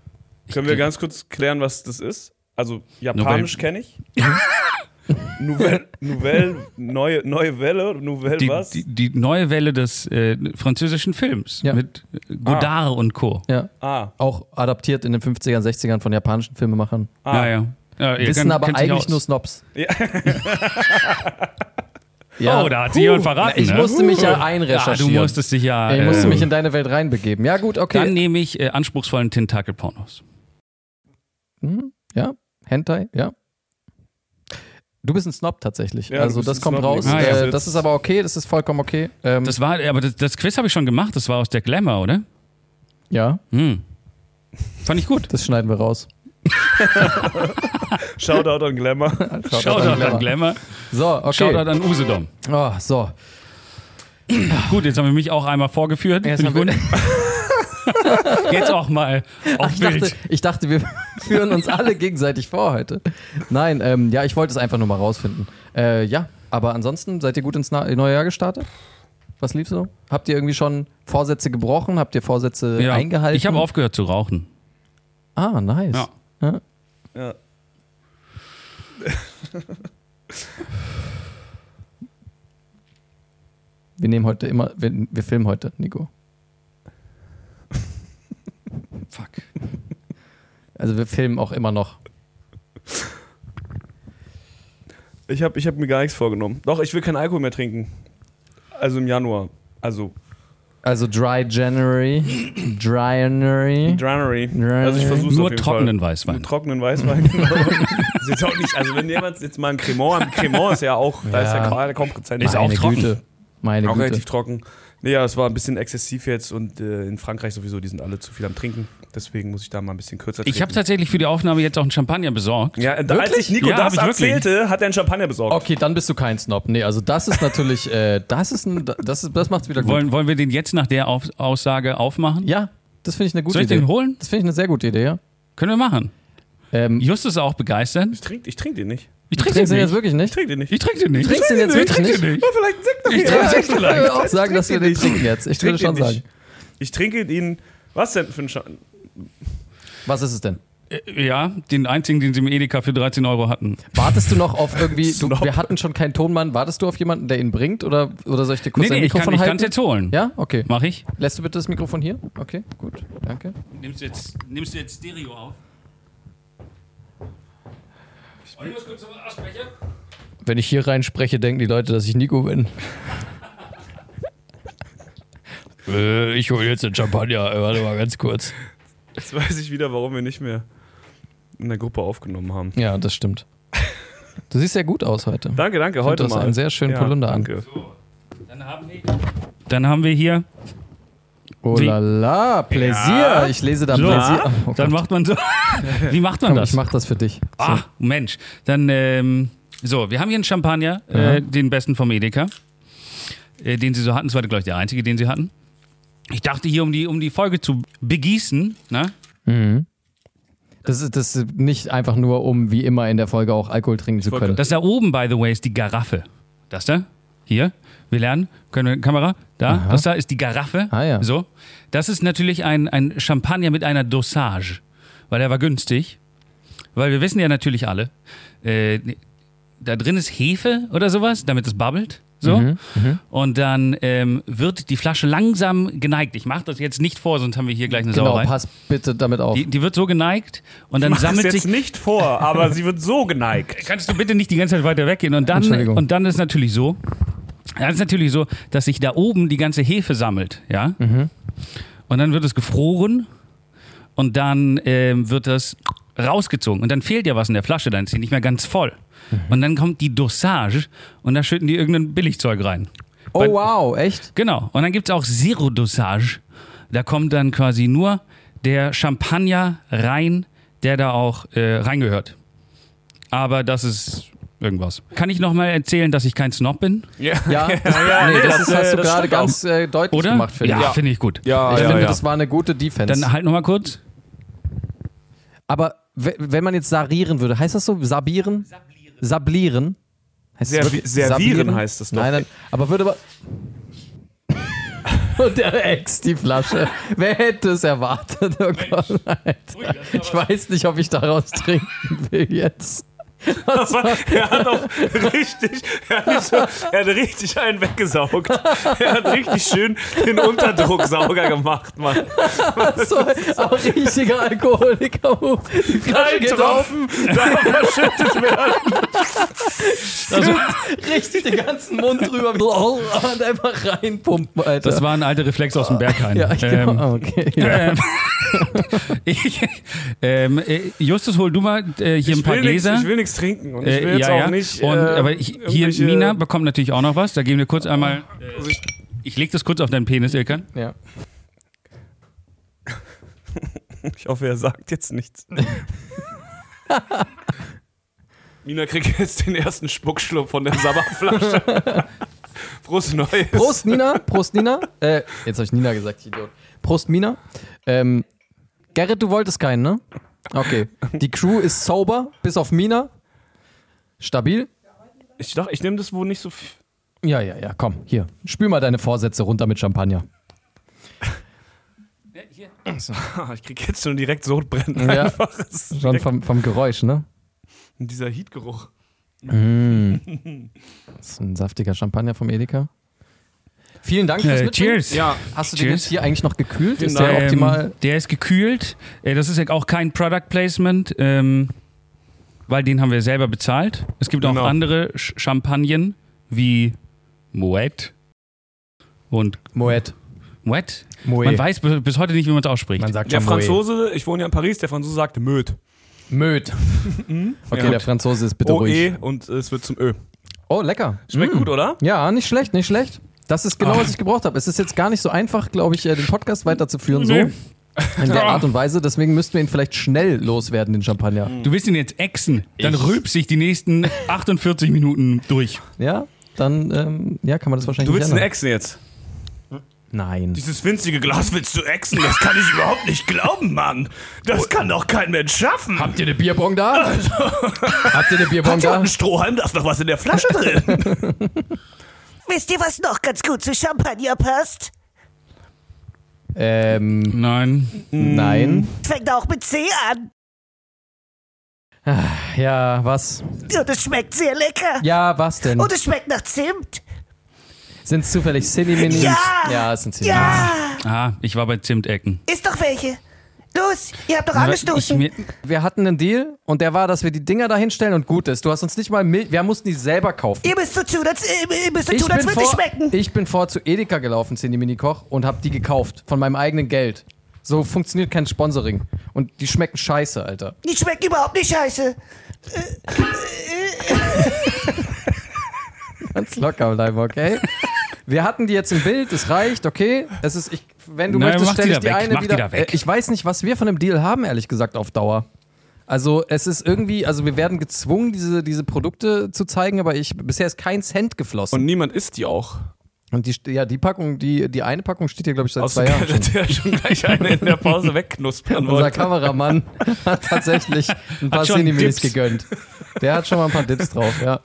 C: Können wir ganz kurz klären, was das ist? Also, Japanisch kenne ich. Nouvelle, Nouvelle, neue, neue Welle, Nouvelle
D: Die,
C: was?
D: die, die neue Welle des äh, französischen Films
B: Ja.
D: mit äh, Godard und Co.
B: Ja.
C: ah,
B: Auch adaptiert in den 50ern, 60ern von japanischen Filmemachern.
D: Ja, ja. ja ihr
B: Wissen
D: kennt-
B: aber
D: kennt sich
B: eigentlich
D: aus.
B: nur Snobs.
C: Ja.
B: Ja.
D: Oh, da hat sich jemand verraten.
B: Ich
D: ne?
B: musste mich ja
D: Ah, du
B: einrecherchieren.
D: musstest dich ja.
B: ich musste
D: äh,
B: mich in deine Welt reinbegeben. Ja, gut, okay.
D: Dann nehme ich äh, anspruchsvollen Tentakel-Pornos.
B: Hm, ja, Hentai, ja. Du bist ein Snob tatsächlich.
C: Ja, du
B: also
C: bist
B: das
C: ein
B: kommt
C: Snob,
B: raus.
D: Nico. Ah, ja.
B: äh, das ist aber okay, das ist vollkommen okay. Ähm,
D: Das war, aber das, das Quiz habe ich schon gemacht. Das war aus der Glamour, oder?
B: ja,
D: Hm. Fand ich gut.
B: das schneiden wir raus.
C: Shoutout an Glamour.
D: Shoutout an Glamour.
B: So, okay.
D: Shoutout an Usedom.
B: Oh, so.
D: Gut, jetzt haben wir mich auch einmal vorgeführt.
B: Jetzt
D: Finde ich
B: haben wir-
D: gut. Jetzt auch mal auf
B: Ich
D: Bild.
B: dachte, ich dachte, wir führen uns alle gegenseitig vor heute. Nein, ähm, ja, ich wollte es einfach nur mal rausfinden. Äh, ja, aber ansonsten seid ihr gut ins Na neue Jahr gestartet? Was lief so? Habt ihr irgendwie schon Vorsätze gebrochen? Habt ihr Vorsätze
D: Ja.
B: eingehalten?
D: Ich habe aufgehört zu rauchen.
B: Ah, nice.
D: Ja.
C: Ja.
B: Wir nehmen heute immer, wir, wir filmen heute, Nico.
D: Fuck.
B: Also wir filmen auch immer noch.
C: Ich habe ich hab mir gar nichts vorgenommen. Doch, ich will keinen Alkohol mehr trinken. Also im Januar. Also
B: Also Dry January, Dry January.
C: January. Also ich versuche
D: Hm? Nur trockenen
C: Fall.
D: Weißwein.
C: Nur trockenen Weißwein. genau. ist jetzt auch nicht, also wenn jemand jetzt mal ein Cremant, ein Cremant ist ja auch, da ist ja
B: Ja.
C: klar, der Komprozent
D: Ist auch
B: Meine
D: trocken.
B: Güte. Meine
C: auch
B: Güte.
C: relativ trocken. Nee, ja, es war ein bisschen exzessiv jetzt und äh, in Frankreich sowieso, die sind alle zu viel am Trinken. Deswegen muss ich da mal ein bisschen kürzer
D: Ich habe
C: treten.
D: tatsächlich für die Aufnahme jetzt auch einen Champagner besorgt.
C: ja, und als ich Nico
D: Ja,
C: das
D: hab ich wirklich. Oh.
C: erzählte, hat er einen Champagner besorgt.
B: Okay, dann bist du kein Snob. Nee, also das ist natürlich, äh, das ist ein, das, ist, das macht's wieder gut.
D: Wollen, wollen wir den jetzt nach der Auf Aussage aufmachen?
B: Ja, das finde ich eine gute
D: Soll ich
B: Idee.
D: den holen?
B: Das finde ich eine sehr gute Idee, ja.
D: Können wir machen.
B: Ähm,
D: Justus ist auch begeistert.
C: Ich trinke ich trink den nicht.
D: Ich trinke
B: trinkst du den
D: den
B: jetzt
D: nicht.
B: wirklich
C: Ich
B: nicht?
C: trinke den nicht.
D: Ich trinke den nicht.
B: Trinkst du den jetzt
D: Ich
B: wirklich
D: trinke den
B: nicht?
D: nicht.
C: Ja, vielleicht einen Sekt noch
D: Ich trinke den
B: Ich
D: vielleicht.
B: würde auch sagen, dass wir den trinken jetzt. Ich würde
C: trinke
B: schon
C: den
B: sagen.
C: nicht. Ich trinke ihn. Was denn für ein Schaden?
B: Was ist es denn?
D: Äh, Ja, den einzigen, den sie im Edeka für 13 Euro hatten.
B: Wartest du noch auf irgendwie, du,
C: Snob.
B: wir hatten schon keinen Tonmann, wartest du auf jemanden, der ihn bringt oder, oder soll ich dir kurz
D: nee,
B: ein
D: nee, ich kann
B: Mikrofon
D: es
B: halten?
D: jetzt holen.
B: ja, okay.
D: Mach ich.
B: Lässt du bitte das Mikrofon hier? Okay, gut, danke.
D: Nimmst du jetzt, nimmst du jetzt Stereo auf? Und ich muss kurz zum Aschbecher.
B: Wenn ich hier reinspreche, denken die Leute, dass ich Nico bin.
E: Äh, ich hole jetzt den Champagner. Äh, Warte mal ganz kurz.
C: Jetzt weiß ich wieder, warum wir nicht mehr in der Gruppe aufgenommen haben.
B: Ja, das stimmt. Du siehst sehr gut aus heute.
C: Danke, danke,
B: Ich
C: heute
B: finde das
C: mal.
B: einen sehr schönen Polunder an.
C: danke.
D: Dann haben wir, dann haben wir hier.
B: Oh
D: Wie-
B: la la, Pläsier.
D: Ja.
B: Ich lese da
D: So,
B: Pläsier. Oh,
D: Dann
B: Gott.
D: macht man so. Wie macht man
B: Komm,
D: das?
B: ich mach das für dich.
D: Ah, Mensch. Dann, ähm, so, wir haben hier einen Champagner, äh, den besten vom Edeka. Äh, den sie so hatten. Das war, glaube ich, der einzige, den sie hatten. Ich dachte hier, um die, um die Folge zu begießen, ne?
B: Mhm. Das ist, das ist nicht einfach nur, um wie immer in der Folge auch Alkohol trinken zu
C: wollte
B: können.
D: Das da oben, by the way, ist die Garaffe. Das da? Hier. Wir lernen. Können wir Kamera? Da. Das da ist die Garaffe.
B: Ah, ja.
D: So. Das ist natürlich ein, ein Champagner mit einer Dosage. Weil der war günstig. Weil wir wissen ja natürlich alle, äh, da drin ist Hefe oder sowas, damit es babbelt. So.
B: Mhm,
D: Und dann ähm, wird die Flasche langsam geneigt. Ich mache das jetzt nicht vor, sonst haben wir hier gleich eine
B: Genau,
D: Sauerei.
B: pass bitte damit auf.
D: Die, die wird so geneigt und dann
C: Mach es
D: sammelt
C: jetzt
D: sich
C: nicht vor, aber sie wird so geneigt.
D: Kannst du bitte nicht die ganze Zeit weiter weggehen? Und dann,
B: Entschuldigung.
D: und dann ist natürlich so, dann ist natürlich so, dass sich da oben die ganze Hefe sammelt, ja. Und dann wird es gefroren und dann ähm, wird das rausgezogen und dann fehlt ja was in der Flasche, dann ist sie nicht mehr ganz voll. Und dann kommt die Dosage und da schütten die irgendein Billigzeug rein.
B: Oh wow, echt?
D: Genau. Und dann gibt es auch Zero-Dosage. Da kommt dann quasi nur der Champagner rein, der da auch äh, reingehört. Aber das ist irgendwas. Kann ich nochmal erzählen, dass ich kein Snob bin?
B: Ja, das, nee, das, ist- hast du gerade ganz äh, deutlich
D: Oder?
B: gemacht, finde
D: ja,
B: ich.
D: finde ich gut.
C: Ja,
B: Ich
C: ja,
B: finde,
C: ja.
B: das war eine gute Defense.
D: Dann halt nochmal kurz.
B: Aber we- wenn man jetzt sarieren würde, heißt das so? Sabieren? Sablieren. Heißt das
C: Servi-
B: wirklich
C: servieren heißt das doch.
B: Nein, nein, aber würde aber. Und der Ex die Flasche. Wer hätte es erwartet? Oh Gott, Alter. ich weiß nicht, ob ich daraus trinken will jetzt.
C: er hat auch richtig, er hat, so, er hat richtig einen weggesaugt. Er hat richtig schön den Unterdrucksauger gemacht, Mann.
B: So, aber richtiger Alkoholiker. Oh, Die Flasche
C: Ein
B: geht auf.
C: Tropfen, da verschüttet werden.
B: Richtig den ganzen Mund drüber. Und einfach reinpumpen, Alter.
D: Das war ein alter Reflex aus dem Berghain.
B: ja, ich
D: Ähm,
B: glaube, okay. Ja.
D: ähm, ich, ähm, äh, Justus, hol du mal äh, hier ein
C: Ich
D: paar
C: will nix-
D: Gläser.
C: Ich will nichts trinken und ich
D: Äh,
C: will jetzt
D: ja,
C: auch
D: ja.
C: nicht.
D: Und,
C: äh,
D: aber ich, hier,
C: irgendwelche-
D: Mina bekommt natürlich auch noch was. Da geben wir kurz einmal. Äh, ich leg das kurz auf deinen Penis, Ilkan.
B: ja.
C: Ich hoffe, er sagt jetzt nichts. Mina kriegt jetzt den ersten Spuckschluck von der Sabberflasche. Prost Neues.
B: Prost, Nina. Prost, Nina. Äh, jetzt habe ich Nina gesagt, ich Idiot. Prost, Mina. Ähm, Gerrit, du wolltest keinen, ne? Okay. Die Crew ist sauber, bis auf Mina. Stabil.
C: Ich dachte, ich nehme das wohl nicht so viel.
B: Ja, ja, ja, komm, hier. Spül mal deine Vorsätze runter mit Champagner.
C: Ah, Ich krieg jetzt schon direkt Sodbrennen.
B: Ja.
C: Einfach. Es ist
B: Schon
C: direkt
B: vom, vom Geräusch, ne?
C: dieser Heatgeruch.
B: Das ist ein saftiger Champagner vom Edeka. Vielen Dank fürs
D: Äh,
B: Mitbringen.
D: cheers.
B: Ja, hast du den
D: Cheers.
B: jetzt hier eigentlich noch gekühlt? Ist
C: Vielen
B: der
D: Ähm,
B: optimal?
D: der ist gekühlt. Äh, das ist ja auch kein Product Placement, ähm, weil den haben wir selber bezahlt. Es gibt
C: Genau.
D: auch andere Sch Champagnen wie Moet und
B: Moet.
D: Moet.
B: Moet.
D: Man weiß bi- bis heute nicht, wie man es ausspricht.
B: Man sagt
C: Der
B: schon Moet.
C: Franzose, ich wohne ja in Paris, der Franzose sagte Möd.
B: Möd. Okay,
C: Mhm. Ja.
B: der Franzose ist bitte ruhig.
C: OE E und es wird zum Ö. Hm.
B: Oh, lecker.
C: Schmeckt
B: Mm.
C: gut, oder?
B: Ja, nicht schlecht, nicht schlecht. Das ist genau, was ich gebraucht habe. Es ist jetzt gar nicht so einfach, glaube ich, äh, den Podcast weiterzuführen, so
D: Nee.
B: in der Art und Weise. Deswegen müssten wir ihn vielleicht schnell loswerden, den Champagner.
D: Du willst ihn jetzt exen, dann
B: Ich-
D: rülpst dich die nächsten 48 Minuten durch.
B: Ja, dann ähm, ja, kann man das wahrscheinlich
C: Du willst
B: nicht
C: einen
B: ändern.
C: Echsen jetzt?
B: Nein.
C: Dieses winzige Glas willst du Echsen? Das kann ich überhaupt nicht glauben, Mann. Das kann doch kein Mensch schaffen.
B: Habt ihr eine Bierbong da? Habt ihr eine Bierbong da?
C: Strohhalm, da ist noch was in der Flasche drin.
E: Wisst ihr, was noch ganz gut zu Champagner passt?
B: Ähm,
D: Nein.
B: nein.
E: Fängt auch mit C an.
B: Ja, was?
E: Und es schmeckt sehr lecker.
B: Ja, was denn?
E: Und es schmeckt nach Zimt.
B: Sind es zufällig Silly Minis?
E: Ja!
B: ja es sind Silly Minis.
E: Ja,
D: Ah, ich war bei Zimtecken.
E: ist doch welche. Los, ihr habt doch
D: Ich,
E: angestoßen.
D: mir,
B: Wir hatten einen Deal und der war, dass wir die Dinger da hinstellen und gut ist. Du hast uns nicht mal Milch, wir mussten die selber kaufen.
E: Ihr müsst so tun, als, äh, ihr müsst so tun, als würde es schmecken.
B: ich bin vor zu Edeka gelaufen, Cindy Mini Koch, und habe die gekauft. Von meinem eigenen Geld. So funktioniert kein Sponsoring. Und die schmecken scheiße, Alter.
E: Die schmeckt überhaupt nicht scheiße.
B: Ganz locker bleiben, okay? Wir hatten die jetzt im Bild, es reicht, okay? Es ist, ich, wenn du
D: Nein,
B: möchtest,
D: mach die
B: stelle ich
D: da
B: die
D: weg,
B: eine
D: mach die
B: wieder.
D: da weg.
B: Äh, Ich weiß nicht, was wir von dem Deal haben, ehrlich gesagt, auf Dauer. Also es ist irgendwie, also wir werden gezwungen, diese, diese Produkte zu zeigen, aber ich bisher ist kein Cent geflossen.
C: Und niemand isst die auch.
B: Und, die, ja, die Packung, die, die eine Packung steht hier, glaube ich, seit zwei Jahren. schon.
C: der schon gleich eine in der Pause wegknuspern
B: Unser Kameramann hat tatsächlich ein paar
D: schon
B: Cineminis
D: Dips.
B: gegönnt. Der hat schon mal ein paar Dips drauf, ja.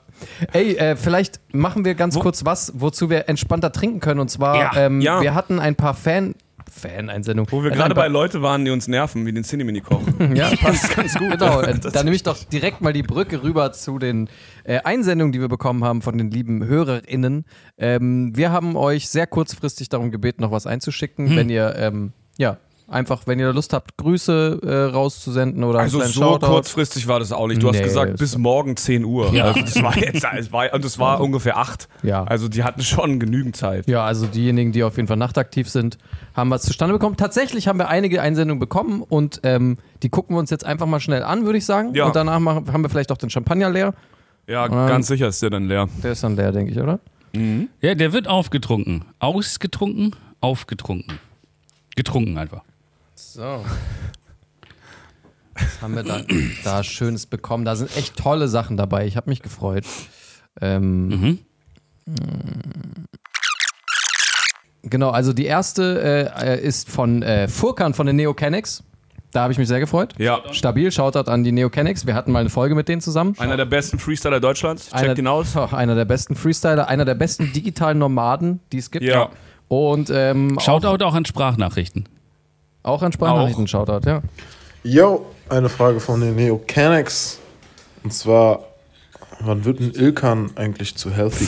B: Ey, äh, vielleicht machen wir ganz kurz was, wozu wir entspannter trinken können. Und zwar,
D: Ja,
B: ähm,
C: ja.
B: wir hatten ein paar Fan, Fan-Einsendungen.
C: Wo wir
B: Also
C: gerade
B: ein paar-
C: bei Leute waren, die uns nerven, wie den Cinemini-Koch.
B: ja, passt ganz gut. Genau, äh, dann nehme ich doch direkt mal die Brücke rüber zu den äh, Einsendungen, die wir bekommen haben von den lieben HörerInnen. Ähm, wir haben euch sehr kurzfristig darum gebeten, noch was einzuschicken, wenn ihr, ähm, ja, einfach, wenn ihr Lust habt, Grüße äh, rauszusenden oder
C: Also
B: einen
C: so
B: kleinen Shoutout.
C: kurzfristig war das auch nicht. Du
B: Nee,
C: hast gesagt,
B: das-
C: bis morgen 10 Uhr. Also das war jetzt, es war, und es war ungefähr 8.
B: Ja.
C: Also die hatten schon genügend Zeit.
B: Ja, also diejenigen, die auf jeden Fall nachtaktiv sind, haben was zustande bekommen. Tatsächlich haben wir einige Einsendungen bekommen und ähm, die gucken wir uns jetzt einfach mal schnell an, würde ich sagen.
C: Ja.
B: Und danach machen, haben wir vielleicht auch den Champagner leer.
C: Ja,
B: Ähm.
C: ganz sicher ist der dann leer.
B: Der ist dann leer, denke ich, oder?
D: Ja, der wird aufgetrunken. Ausgetrunken, aufgetrunken. Getrunken einfach.
B: So. Was haben wir da, da Schönes bekommen? Da sind echt tolle Sachen dabei. Ich habe mich gefreut. Ähm, mm. Genau, also die erste äh, äh, ist von äh, Furkan von den Neocanics. Da habe ich mich sehr gefreut.
C: Ja.
B: Stabil, Shoutout an die Neocanics. Wir hatten mal eine Folge mit denen zusammen.
C: Einer der besten Freestyler Deutschlands. Checkt ihn aus.
B: Oh, einer der besten Freestyler, einer der besten digitalen Nomaden, die es gibt.
C: Ja.
B: Und ähm, auch,
D: Shoutout auch an Sprachnachrichten.
B: auch an Sprachnachrichten, Shoutout, ja.
F: Yo, eine Frage von den Neocanics. Und zwar, wann wird ein Ilkan eigentlich zu Healthy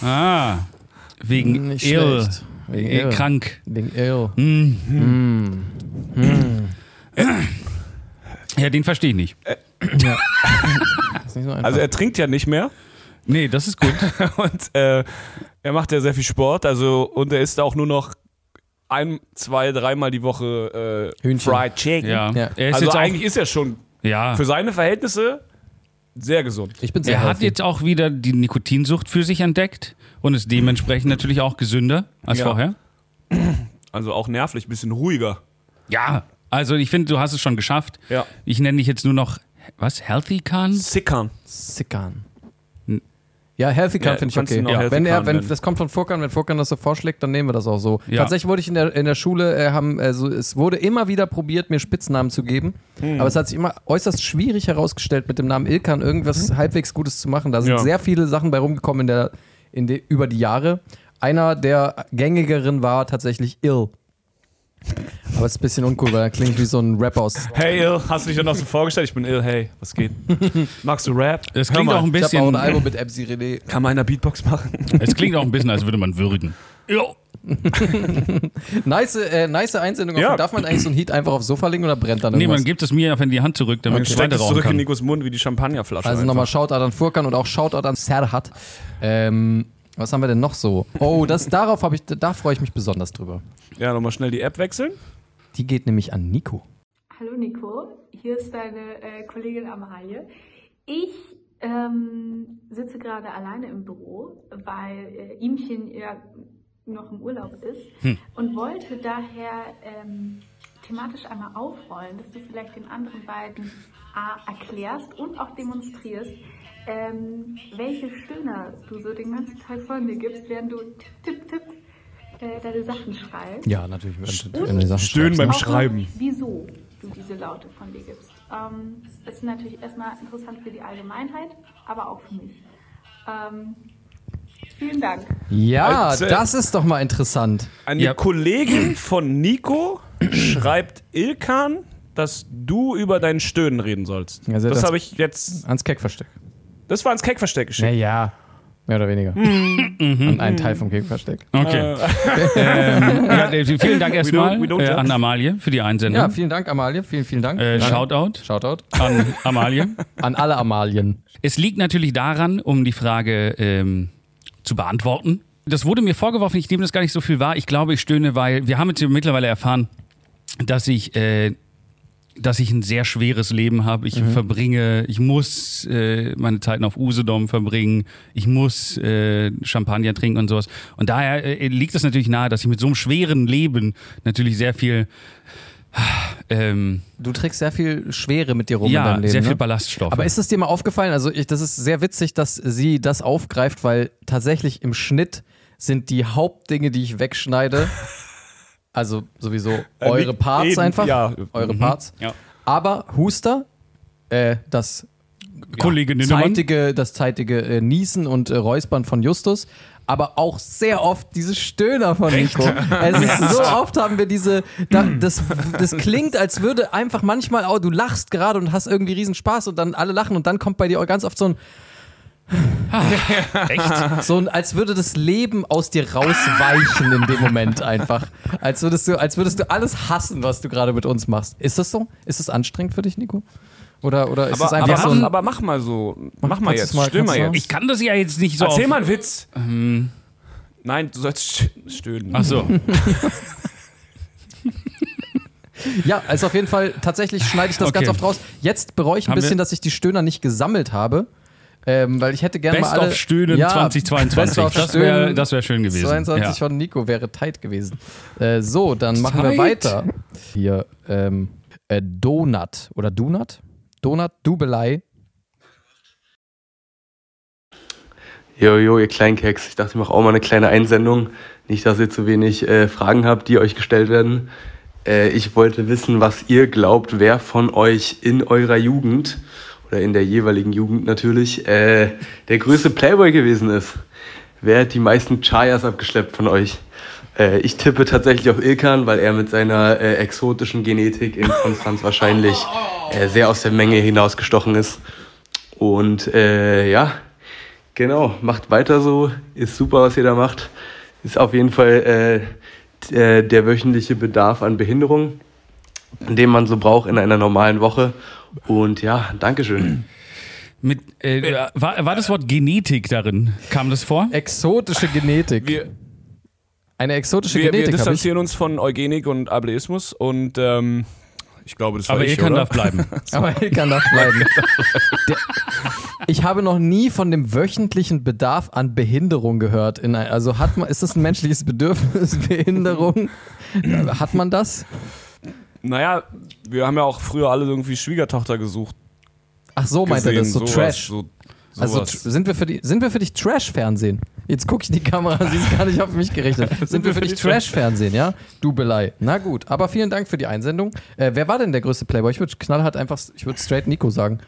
F: Khan?
D: Ah, wegen
B: Nicht
D: ill.
B: schlecht. Wegen
D: Ill.
B: Ill.
D: Krank.
B: Wegen Ill.
D: Ja, den verstehe ich nicht.
C: Äh,
B: Ist nicht so einfach.
C: Also er trinkt ja nicht mehr
D: Nee, das ist gut.
C: und äh, er macht ja sehr viel Sport. Also und er isst auch nur noch ein, zwei, dreimal die Woche äh,
B: Hühnchen.
C: Fried Chicken.
D: Ja.
B: Ja.
D: Er ist
C: Also
D: jetzt
C: eigentlich
D: auch,
C: ist er schon
D: ja.
C: für seine Verhältnisse sehr gesund.
B: ich bin sehr
D: Er hat
B: healthy.
D: jetzt auch wieder die Nikotinsucht für sich entdeckt und ist dementsprechend natürlich auch gesünder als
C: Ja.
D: vorher.
C: Also auch nervlich, ein bisschen ruhiger.
D: Ja, also ich finde, du hast es schon geschafft.
C: Ja.
D: Ich nenne dich jetzt nur noch, was, Healthy Khan?
C: Sickern.
B: Sickern. Ja, Healthy Khan finde
C: Hm. Ja,
B: ich
C: kannst du
B: okay.
C: noch
B: Ja.
C: Healthy
B: Wenn er,
C: Khan
B: wenn
C: nennen.
B: das kommt von Furkan, wenn Furkan das so vorschlägt, dann nehmen wir das auch so.
D: Ja.
B: Tatsächlich wurde ich in der, in der Schule, äh, haben, also es wurde immer wieder probiert, mir Spitznamen zu geben,
C: Hm.
B: aber es hat sich immer äußerst schwierig herausgestellt, mit dem Namen Ilkan irgendwas halbwegs Gutes zu machen. Da sind
C: Ja.
B: sehr viele Sachen bei rumgekommen in der, in de, über die Jahre. Einer der gängigeren war tatsächlich Ill. Aber es ist ein bisschen uncool, weil er klingt wie so ein Rapper aus
C: Hey Ill, hast du dich dann noch so vorgestellt? Ich bin Ill, hey, was geht? Magst du Rap?
D: Es
C: Hör
D: klingt
C: mal.
D: auch ein
B: Ich habe auch ein
D: bisschen,
B: Album mit MC René.
C: Kann mal einer Beatbox machen?
D: es klingt auch ein bisschen, als würde man würgen. Jo.
B: Nice, äh, nice Einsendung.
C: Ja.
B: Darf man eigentlich so ein Heat einfach aufs Sofa legen oder brennt dann
D: Nee,
B: irgendwas?
D: man gibt es mir einfach in die Hand zurück, damit ich
C: Steckt
D: weiter
C: es
D: rauchen
C: zurück in
D: kann.
C: Nikos Mund wie die Champagnerflasche. halt.
B: also
C: einfach.
B: nochmal Shoutout an Furkan und auch Shoutout an Serhat. Ähm, was haben wir denn noch so? Oh, das, darauf habe ich, da freue ich mich besonders drüber.
C: Ja, nochmal schnell die App wechseln.
B: Die geht nämlich an Nico.
G: Hallo Nico, hier ist deine äh, Kollegin Amalie. Ich ähm, sitze gerade alleine im Büro, weil äh, Ihmchen ja noch im Urlaub ist und wollte daher ähm, thematisch einmal aufrollen, dass du vielleicht den anderen beiden A erklärst und auch demonstrierst, ähm, welche Stöhner du so den ganzen Tag von dir gibst, während du tipp, tipp, tipp äh, deine Sachen schreibst.
B: Ja, natürlich. Wenn, wenn du die Sachen
C: Stöhnen
B: schreibst,
C: beim
B: ne?
G: Auch,
C: Schreiben.
G: Wieso du diese Laute von dir gibst. Ähm, ist natürlich erstmal interessant für die Allgemeinheit, aber auch für mich. Ähm, vielen Dank.
B: Ja,
C: Also-
B: das ist doch mal interessant.
C: Eine
D: Ja.
C: Kollegin von Nico schreibt Ilkan, dass du über dein Stöhnen reden sollst.
B: Ja, sie hat
C: das
B: das-
C: habe ich jetzt.
B: Ans Keckversteck.
C: Das war ins Keckversteck geschickt.
B: Naja, mehr oder weniger. Mhm. und ein Teil vom Keckversteck.
D: Okay. ähm, ja, äh, vielen Dank erstmal
C: Äh. we don't
D: äh,
C: judge.
D: an Amalie für die Einsendung.
B: Ja, vielen Dank, Amalie. Vielen, vielen Dank.
D: äh,
B: Danke.
D: Shoutout
B: Shoutout.
D: an Amalie.
B: An alle Amalien.
D: Es liegt natürlich daran, um die Frage ähm, zu beantworten, Das wurde mir vorgeworfen, ich nehme das gar nicht so viel wahr. Ich glaube, ich stöhne, weil wir haben jetzt mittlerweile erfahren, dass ich, äh, dass ich ein sehr schweres Leben habe.
B: Mhm.
D: Ich verbringe, ich muss äh, meine Zeiten auf Usedom verbringen, ich muss äh, Champagner trinken und sowas. Und daher äh, liegt es natürlich nahe, dass ich mit so einem schweren Leben natürlich sehr viel ähm,
B: Du trägst sehr viel Schwere mit dir rum in
D: ja,
B: deinem Leben.
D: sehr viel
B: ne?
D: Ballaststoff.
B: Aber ist es dir mal aufgefallen? Also, ich, das ist sehr witzig, dass sie das aufgreift, weil tatsächlich im Schnitt sind die Hauptdinge, die ich wegschneide, also
D: Äh,
B: sowieso eure
C: mit
B: Parts
C: Eden,
B: einfach.
C: ja.
B: Eure Parts.
D: Mhm. ja.
B: Aber Huster, äh, das
D: Kolleginnen
B: zeitige, das zeitige äh, Niesen und äh, Räuspern von Justus, aber auch sehr oft diese Stöhner von Nico. Es ist so oft haben wir diese, da, das, das klingt, als würde einfach manchmal, oh, du lachst gerade und hast irgendwie riesen Spaß und dann alle lachen und dann kommt bei dir auch ganz oft so ein,
D: echt?
B: so ein, als würde das Leben aus dir rausweichen in dem Moment einfach. Als würdest du, als würdest du alles hassen, was du gerade mit uns machst. Ist das so? Ist das anstrengend für dich, Nico? Oder, oder ist das
C: aber,
B: einfach
C: aber,
B: so ein,
C: aber mach mal so. Mach mal
B: kannst
C: jetzt.
B: du's mal-
C: Still mal
B: kannst du
C: jetzt.
D: Ich kann das ja jetzt nicht so
C: Erzähl
D: auf-
C: mal einen Witz. Nein, du sollst stö- stöhnen.
D: Ach so.
B: Ja, also auf jeden Fall, tatsächlich schneide ich das
D: Okay.
B: ganz oft raus. Jetzt bereue ich ein
D: Haben wir-
B: bisschen, dass ich die Stöhner nicht gesammelt habe. Ähm, weil ich hätte gerne mal
D: Best
B: alle...
D: of Stöhnen
B: Ja,
D: 2022.
B: Best of
D: Das wäre
B: Stöhnen
D: das wär schön gewesen.
B: 22
D: ja.
B: von Nico wäre tight gewesen. Äh, so, dann machen
D: Tight.
B: wir weiter. Hier, ähm, äh, Donut oder Donut? Donut, Dubelei.
H: Jojo, ihr Kleinkeks. Ich dachte, ich mache auch mal eine kleine Einsendung. Nicht, dass ihr zu wenig äh, Fragen habt, die euch gestellt werden. Äh, ich wollte wissen, was ihr glaubt, wer von euch in eurer Jugend oder in der jeweiligen Jugend natürlich äh, der größte Playboy gewesen ist. Wer hat die meisten Chayas abgeschleppt von euch? Äh, ich tippe tatsächlich auf Ilkan, weil er mit seiner äh, exotischen Genetik in Konstanz wahrscheinlich äh, sehr aus der Menge hinausgestochen ist. Und äh, ja, Genau, macht weiter so. Ist super, was ihr da macht. Ist auf jeden Fall äh, t- äh, der wöchentliche Bedarf an Behinderung, den man so braucht in einer normalen Woche. Und ja, Dankeschön.
D: Mit, äh, war, war das Wort Genetik darin? Kam das vor?
B: Äh, Exotische Genetik.
C: Wir,
B: Eine exotische
C: wir, wir
B: Genetik habe ich.
C: distanzieren uns von Eugenik und Ableismus und ähm, ich glaube, das war
D: Aber
C: ich,
D: ihr kann
C: oder?
D: darf bleiben.
B: Aber ich kann das bleiben. Der, ich habe noch nie von dem wöchentlichen Bedarf an Behinderung gehört. In ein, also hat man, ist das ein menschliches Bedürfnis, Behinderung? Hat man das?
C: Naja, wir haben ja auch früher alle irgendwie Schwiegertochter gesucht.
B: Ach so, meint er das, so
C: sowas,
B: Trash.
C: So,
B: also
C: sowas.
B: tr- sind wir, für die, sind wir für dich Trash-Fernsehen? Jetzt gucke ich in die Kamera, sie ist gar nicht auf mich gerichtet. Sind wir für dich Trash-Fernsehen, ja? Du Belei. Na gut, aber vielen Dank für die Einsendung. Äh, wer war denn der größte Playboy? Ich würde knallhart einfach, ich würde straight Nico sagen.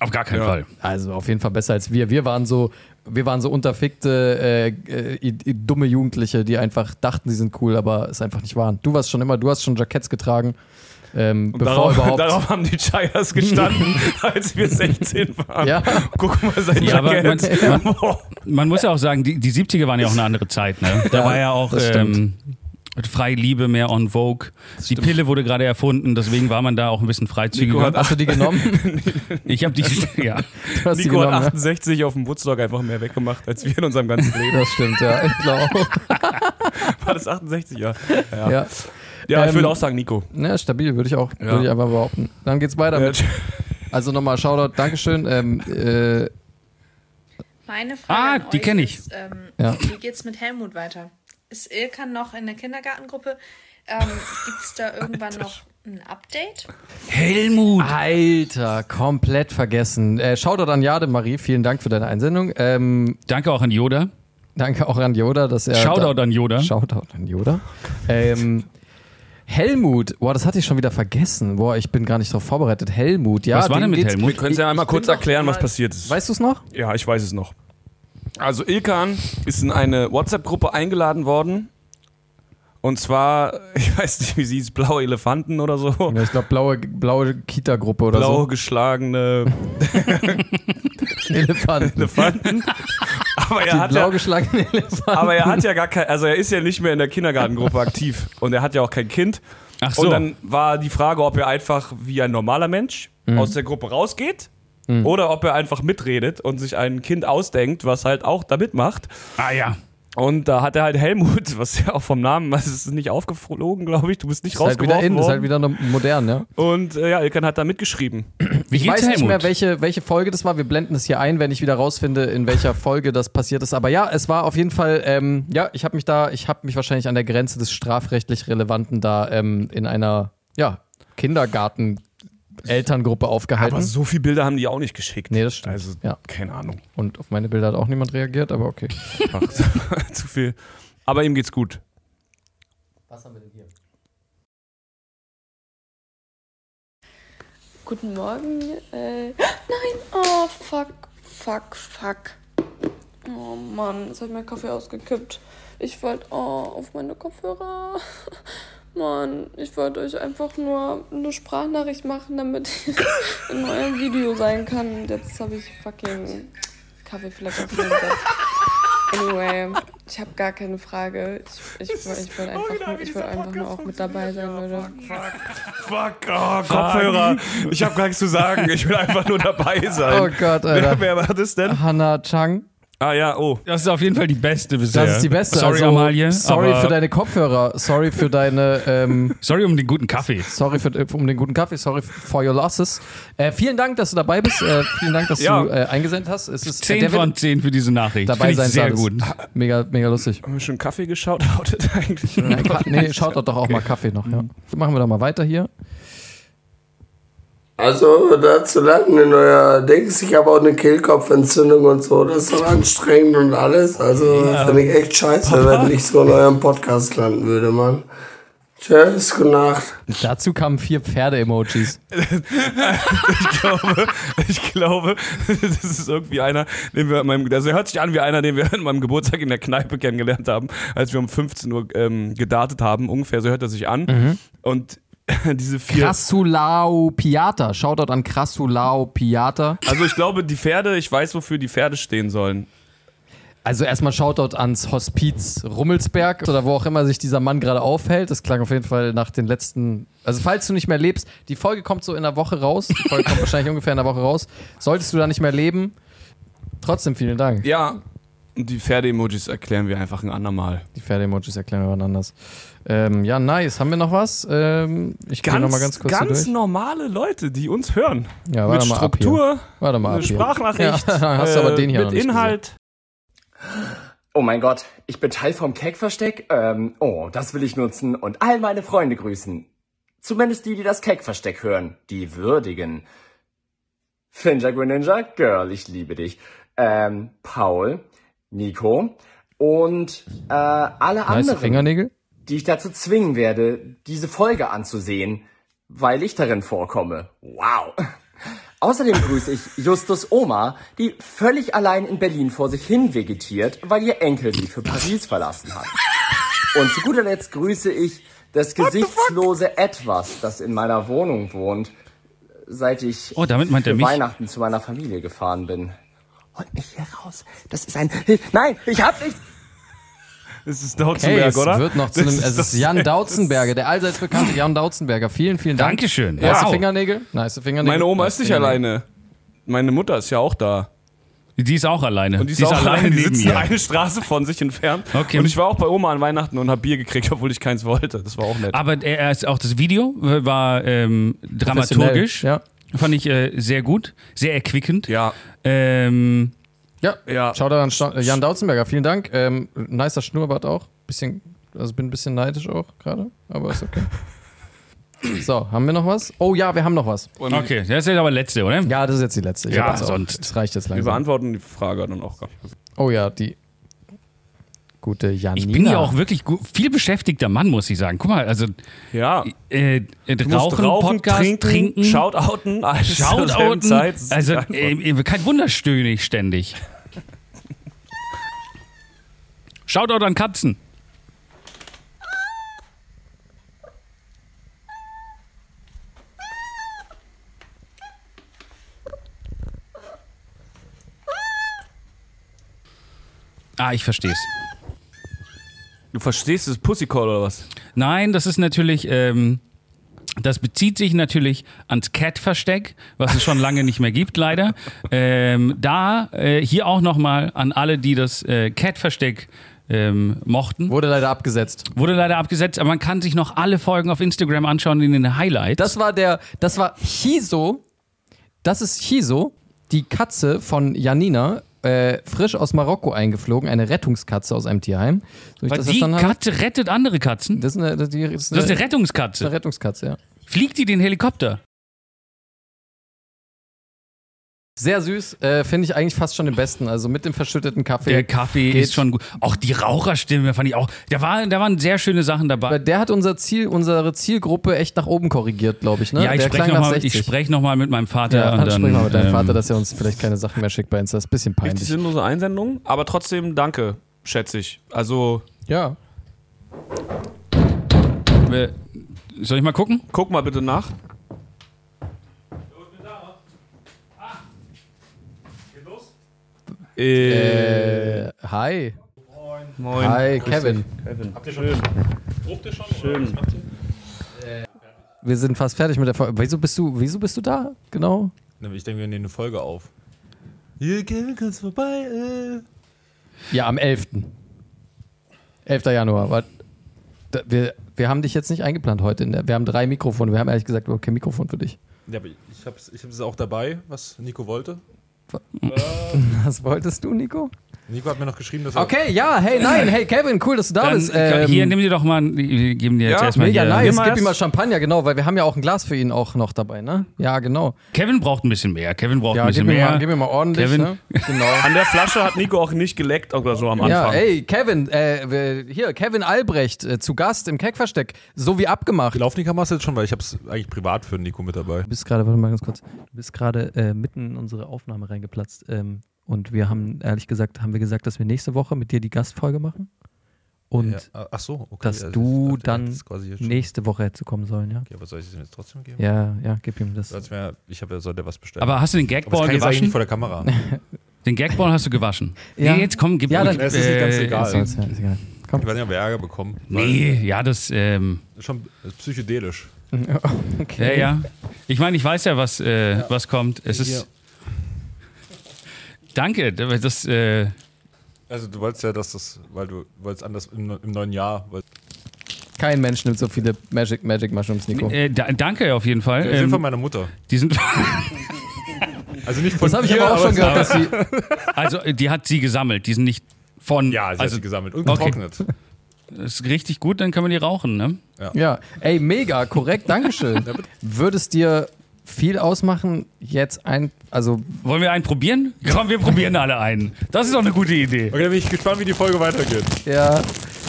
D: Auf gar keinen
C: Ja.
D: Fall.
B: Also auf jeden Fall besser als wir. Wir waren so, wir waren so unterfickte, äh, äh, i- i- dumme Jugendliche, die einfach dachten, sie sind cool, aber es einfach nicht waren. Du warst schon immer, du hast schon Jacketts getragen, ähm, bevor
C: Darauf,
B: überhaupt.
C: darauf haben die Chayas gestanden, als wir 16 waren.
B: Ja.
C: Guck mal, sein
D: Ja, aber man,
C: Jackett.
D: man, man muss ja auch sagen, die, die 70er waren ja auch eine andere Zeit. Ne? Da
B: Ja,
D: war ja auch
B: das
D: ähm, frei Liebe mehr on Vogue. Die Pille wurde gerade erfunden, deswegen war man da auch ein bisschen
C: Nico
D: freizügiger.
C: hat-
B: Hast du die genommen?
D: Ich habe die, ja,
B: Du hast die
C: Nico hat
B: genommen, ne? ja?
C: 68 auf dem Woodstock einfach mehr weggemacht, als wir in unserem ganzen Leben.
B: Das stimmt, ja. Ich glaube.
C: War das 68, ja. Ja,
B: Ja.
C: ja ich
B: Ähm,
C: würde auch sagen, Nico.
B: ja, stabil, würde ich auch, würde ich einfach behaupten. Dann geht's weiter
C: Ja,
B: mit. Also nochmal Shoutout, Dankeschön. Ähm, äh,
I: Meine Frage
D: Ah,
I: an
D: die
I: euch
D: kenn ich.
I: Ist, ähm,
B: Ja.
I: Wie geht's mit Helmut weiter? Ist Ilkan noch in der Kindergartengruppe? Ähm, gibt's da irgendwann noch ein Update?
D: Helmut.
B: Ah. Alter, komplett vergessen. Äh, Shoutout an Jade Marie, vielen Dank für deine Einsendung. Ähm,
D: Danke auch an Yoda.
B: danke auch an Yoda, dass er.
D: Shoutout an Yoda.
B: Shoutout an Yoda. Ähm, Helmut, boah, das hatte ich schon wieder vergessen. Boah, ich bin gar nicht darauf vorbereitet. Helmut, ja.
D: Was war denn
B: dem
D: mit
B: geht's-
D: Helmut?
C: Können Sie ja einmal
B: Ich bin
C: kurz
B: doch
C: erklären, was
B: mal-
C: passiert ist?
B: Weißt du es noch?
C: Ja, ich weiß es noch. Also Ilkan ist in eine WhatsApp-Gruppe eingeladen worden. Und zwar, ich weiß nicht, wie sie hieß, blaue Elefanten oder so.
B: Ja, ich glaube, blaue, blaue Kita-Gruppe oder
C: Blau
B: so.
C: geschlagene
B: Elefanten.
C: Elefanten. aber, er
B: Die
C: hat
B: blau
C: ja,
B: geschlagenen Elefanten.
C: aber er hat ja gar kein, also er ist ja nicht mehr in der Kindergartengruppe aktiv. Und er hat ja auch kein Kind.
D: Ach so.
C: Und dann war die Frage, ob er einfach wie ein normaler Mensch
B: Mhm.
C: aus der Gruppe rausgeht oder ob er einfach mitredet und sich ein Kind ausdenkt, was halt auch da mitmacht.
D: ah ja.
C: Und da hat er halt Helmut, was ja auch vom Namen, was ist nicht aufgeflogen, glaube ich. Du bist nicht
B: Ist halt wieder
C: rausgeworfen
B: in, ist halt
C: worden.
B: wieder no- modern, ja.
C: und äh, ja, Ilkan hat da mitgeschrieben.
D: Wie
B: Ich weiß
D: geht's Helmut?
B: nicht mehr, welche, welche Folge das war. Wir blenden es hier ein, wenn ich wieder rausfinde, in welcher Folge das passiert ist. Aber ja, es war auf jeden Fall, ähm, ja, ich habe mich da, ich habe mich wahrscheinlich an der Grenze des strafrechtlich Relevanten da ähm, in einer, ja, Kindergarten-Elterngruppe aufgehalten.
C: Aber so viele Bilder haben die auch nicht geschickt.
B: Halt Nee, das stimmt.
C: Also,
B: Ja.
C: keine Ahnung.
B: Und auf meine Bilder hat auch niemand reagiert, aber okay.
C: Einfach zu viel. Aber ihm geht's gut.
B: Was haben wir denn hier?
J: Guten Morgen. Äh, nein, oh, fuck, fuck, fuck. Oh Mann, jetzt habe ich meinen Kaffee ausgekippt. Ich wollte, oh, auf meine Kopfhörer. Mann, ich wollte euch einfach nur eine Sprachnachricht machen, damit ich in eurem Video sein kann. Und Jetzt habe ich fucking Kaffee vielleicht auf dem Bett. Anyway, ich habe gar keine Frage. Ich, ich, wollt- ich wollte einfach, nur- ich wollt einfach nur auch mit dabei sein, Leute.
C: Fuck, oh, Kopfhörer. Ich habe gar nichts zu sagen. Ich will einfach nur dabei sein.
B: Oh Gott,
C: Wer,
B: Alter.
C: wer war das denn?
B: Hannah Chang.
C: Ah ja, oh.
D: Das ist auf jeden Fall die beste bisher.
B: Das ist die beste.
D: Sorry,
B: also,
D: Amalie.
B: Sorry
D: aber-
B: für deine Kopfhörer. Sorry für deine, ähm,
D: Sorry um den guten Kaffee.
B: sorry für, um den guten Kaffee. Sorry for your losses. Äh, vielen Dank, dass du dabei bist. Äh, vielen Dank, dass
C: Ja.
B: du äh, eingesendet hast. Es ist äh,
D: 10
B: der wird
D: von 10 für diese Nachricht.
B: dabei
D: Finde
B: sein
D: ich sehr
B: soll.
D: gut.
B: Das ist Mega, mega lustig.
C: Haben wir schon Kaffee geschaut? eigentlich?
B: Nein, Ka- nee, schaut doch doch auch mal Kaffee noch. Ja. Machen wir doch mal weiter hier.
E: Also, dazu landen in euer Dings. Ich habe auch eine Kehlkopfentzündung und so. Das ist doch anstrengend und alles. Also, finde ich echt scheiße, wenn ich so in eurem Podcast landen würde, Mann. Tschüss, gute Nacht.
B: Dazu kamen vier Pferde-Emojis.
C: ich glaube, das ist irgendwie einer, den wir an meinem, also er hört sich an wie einer, den wir an meinem Geburtstag in der Kneipe kennengelernt haben, als wir um 15 Uhr ähm, gedartet haben. Ungefähr so hört er sich an.
B: Mhm.
C: Und diese vier.
B: Krassulao Piata. Shoutout an Krassulao Piata.
C: Also ich glaube, die Pferde, ich weiß, wofür die Pferde stehen sollen.
B: Also erstmal Shoutout ans Hospiz Rummelsberg oder wo auch immer sich dieser Mann gerade aufhält. Das klang auf jeden Fall nach den letzten. Also falls du nicht mehr lebst, die Folge kommt so in der Woche raus. Die Folge kommt wahrscheinlich ungefähr in der Woche raus. Solltest du da nicht mehr leben, trotzdem vielen Dank.
C: Ja. Und die Pferde-Emojis erklären wir einfach ein andermal.
B: Die Pferde-Emojis erklären wir wann anders. Ähm, ja, nice. Haben wir noch was? Ähm, ich gehe nochmal ganz kurz hier durch.
C: normale Leute, die uns hören.
B: Ja,
C: Mit
B: warte mal ab hier.
C: Struktur,
B: Warte mal
C: eine
B: ab hier.
C: Sprachnachricht,
B: Ja, dann hast du aber den hier
C: äh,
B: noch
C: mit
B: nicht
C: Inhalt.
K: Oh mein Gott, ich bin Teil vom Keckversteck. Ähm, oh, das will ich nutzen und all meine Freunde grüßen. Zumindest die, die das Keckversteck hören. Die würdigen. Finja Greninja, Girl, ich liebe dich. Ähm, Paul, Nico und äh, alle
B: Nice
K: anderen,
B: Fingernägel.
K: die ich dazu zwingen werde, diese Folge anzusehen, weil ich darin vorkomme. Wow. Außerdem grüße ich Justus Oma, die völlig allein in Berlin vor sich hin vegetiert, weil ihr Enkel sie für Paris verlassen hat. Und zu guter Letzt grüße ich das gesichtslose Etwas, das in meiner Wohnung wohnt, seit ich
D: Oh, damit meint er
K: für
D: mich.
K: Weihnachten zu meiner Familie gefahren bin. Holt mich hier raus. Das ist ein... Nein, ich hab nichts.
C: Es ist
B: Hey,
C: Dautzenberg,
B: es
C: oder?
B: wird noch zu einem,
C: Das
B: es ist Jan Dautzenberger, der allseits bekannte Jan Dautzenberger. Vielen, vielen Dank.
D: Dankeschön.
B: Nice
D: Wow.
B: Fingernägel. Nice Fingernägel.
C: Meine Oma
B: Nice
C: ist nicht
B: Fingernägel.
C: alleine. Meine Mutter ist ja auch da.
D: Die ist auch alleine.
C: Und die ist, auch alleine.
D: alleine
C: Die
D: neben
C: sitzen
D: mir.
C: eine Straße von sich entfernt.
D: Okay.
C: Und ich war auch bei Oma an Weihnachten und hab Bier gekriegt, obwohl ich keins wollte. Das war auch nett.
D: Aber er er ist auch das Video war ähm,
B: Professionell,
D: dramaturgisch.
B: Ja.
D: Fand ich äh, sehr gut, sehr erquickend.
C: ja.
D: Ähm,
B: Ja.
C: Ja.
B: Schau da an Sta- äh, Jan Dautzenberger. Vielen Dank. Ähm, nicer Schnurrbart auch. Bisschen, also bin ein bisschen neidisch auch gerade, aber ist okay. So, haben wir noch was? Oh ja, wir haben noch was.
D: okay, das ist jetzt aber letzte, oder?
B: Ja, das ist jetzt die letzte. Ich
D: Ja,
B: hab jetzt auch-
D: sonst-
B: Das reicht jetzt
C: Wir
B: langsam.
C: beantworten die Frage dann auch.
B: Oh ja, die gute Janina.
D: Ich bin ja auch wirklich gu- viel beschäftigter Mann, muss ich sagen. Guck mal, also
C: Ja.
D: äh, äh,
C: Du musst
D: rauchen, Podcast, trinken,
C: Shoutouten, alles zur selben
D: Shoutouten.
C: Zeit. Das ist
D: Also
C: einfach-
D: äh, äh, kein Wunder stöhne ich ständig. Shoutout an Katzen. Ah, ich versteh's.
C: du verstehst das Pussycall oder was?
D: Nein, das ist natürlich, ähm, das bezieht sich natürlich ans Cat-Versteck, was es schon lange nicht mehr gibt, leider. Ähm, da äh, hier auch nochmal an alle, die das äh, Cat-Versteck ähm, mochten.
B: Wurde leider abgesetzt.
D: Wurde leider abgesetzt, aber man kann sich noch alle Folgen auf Instagram anschauen in den Highlights.
B: Das war der, das war Chiso. Das ist Chiso, die Katze von Janina, äh, frisch aus Marokko eingeflogen, eine Rettungskatze aus einem Tierheim. So wie ich
D: Weil
B: das
D: die
B: verstanden habe.
D: Katze rettet andere Katzen.
B: Das ist eine, das, die, das ist
D: Das ist eine
B: das ist eine
D: Rettungskatze.
B: Rettungskatze, ja.
D: Fliegt die den Helikopter?
B: Sehr süß, äh, finde ich eigentlich fast schon den besten. Also mit dem verschütteten Kaffee.
D: Der Kaffee
B: geht-
D: ist schon gut. Auch die Raucherstimme fand ich auch. Da, war, da waren sehr schöne Sachen
B: Aber
D: dabei.
B: der hat unser Ziel, unsere Zielgruppe echt nach oben korrigiert, glaube ich. Ne?
D: Ja, ich
B: Der
D: spreche
B: klang nach
D: nochmal
B: 60.
D: sprech noch mal mit meinem Vater.
B: Ja,
D: und
B: dann sprich mal mit deinem
D: ähm,
B: Vater, dass er uns vielleicht keine Sachen mehr schickt bei Insta. Das ist ein bisschen
C: Richtig
B: peinlich.
C: sinnlose Einsendung, aber trotzdem danke, schätze ich. Also,
B: Ja.
D: ähm, wir- Soll ich mal gucken?
C: guck mal bitte nach. Äh,
B: Äh, hi.
C: moin.
B: Hi, Kevin.
C: Kevin.
B: Wir sind fast fertig mit der Folge. Wieso bist du, wieso bist du da? Genau.
L: Ich denke, wir nehmen eine Folge auf. Hier, Kevin, kommst vorbei. Äh.
B: Ja, am 11. 11. Januar. Wart- da- Wir, wir haben dich jetzt nicht eingeplant heute. In der, wir haben drei Mikrofone. Wir haben ehrlich gesagt überhaupt kein Mikrofon für dich.
L: Ja, aber ich hab's, ich hab's auch dabei, was Nico wollte.
B: Was wolltest du, Nico?
L: Nico hat mir noch geschrieben, dass er.
B: Okay, ja, hey, nein, hey, Kevin, cool, dass du da
D: Dann, äh,
B: bist. Ähm,
D: hier, nimm dir doch mal. Wir geben dir jetzt
C: ja,
D: erstmal
B: mega
D: hier.
B: nice.
C: Nimm
B: Gib
C: was.
B: ihm mal Champagner, genau, weil wir haben ja auch ein Glas für ihn auch noch dabei, ne? Ja, genau.
D: Kevin braucht ein bisschen mehr. Kevin braucht
B: Ja,
D: ein
B: gib
D: bisschen
B: mir,
D: mehr.
B: mal, gib mir mal ordentlich,
D: Kevin.
B: ne? Genau.
C: An der Flasche hat Nico auch nicht geleckt oder so am Anfang.
B: Ja, ey, Kevin, äh, wir- hier, Kevin Albrecht, äh, zu Gast im Keckversteck, so wie abgemacht.
L: Die Laufnicker machst du jetzt schon, weil ich hab's eigentlich privat für Nico mit dabei.
B: Du bist gerade, warte mal ganz kurz, du bist gerade äh, mitten in unsere Aufnahme reingeplatzt. Ähm, und wir haben, ehrlich gesagt, haben wir gesagt, dass wir nächste Woche mit dir die Gastfolge machen. Und
L: Ja, ah, ach so, okay.
B: dass
L: also ich
B: du
L: dachte,
B: dann
L: das ist quasi jetzt schon-
B: nächste Woche hätte kommen sollen, ja?
L: Okay, aber soll ich es ihm jetzt trotzdem geben?
B: Ja, ja, gib ihm das.
L: Sonst wär, ich habe ja, sollte was bestellen.
D: Aber hast du den
L: aber das
D: Gagball
L: kann ich jetzt eigentlich
D: gewaschen?
L: nicht vor der Kamera.
D: Den Gagball hast du gewaschen.
B: Ja.
D: Nee, jetzt komm, gib äh,
B: Ja, dann-
L: Es ist nicht ganz egal.
B: Ja, ist ja- ist egal.
L: Äh, Ich werde ja Ärger bekommen.
D: Nee, ja, das. Ähm,
L: Das ist Schon das ist psychedelisch.
D: Ja,
B: Okay.
D: ja. Ich meine, ich weiß ja, was, äh, was kommt. Es
L: Hier.
D: ist. Danke, das. Äh,
L: Also du wolltest ja, dass das, weil du wolltest anders im, im neuen Jahr. Weil,
B: Kein Mensch nimmt so viele Magic Magic Mushrooms, Nico.
D: äh, da, danke auf jeden Fall.
L: die sind von
D: Ähm,
L: meiner Mutter.
D: die sind.
L: Also nicht von
B: Das habe ich
L: ihr,
B: aber auch schon gehört, dass
L: es-
B: sie.
D: Also, äh, die hat sie gesammelt. Die sind nicht von.
L: Ja, sie
D: also,
L: hat sie gesammelt und getrocknet.
D: das ist richtig gut, dann können wir die rauchen, ne?
B: Ja, ey, mega, korrekt, Dankeschön. Würde es dir viel ausmachen, jetzt ein. Also,
D: Wollen wir einen probieren? Komm, wir probieren alle einen. Das ist doch eine gute Idee.
L: Okay, dann bin ich gespannt, wie die Folge weitergeht.
B: ja.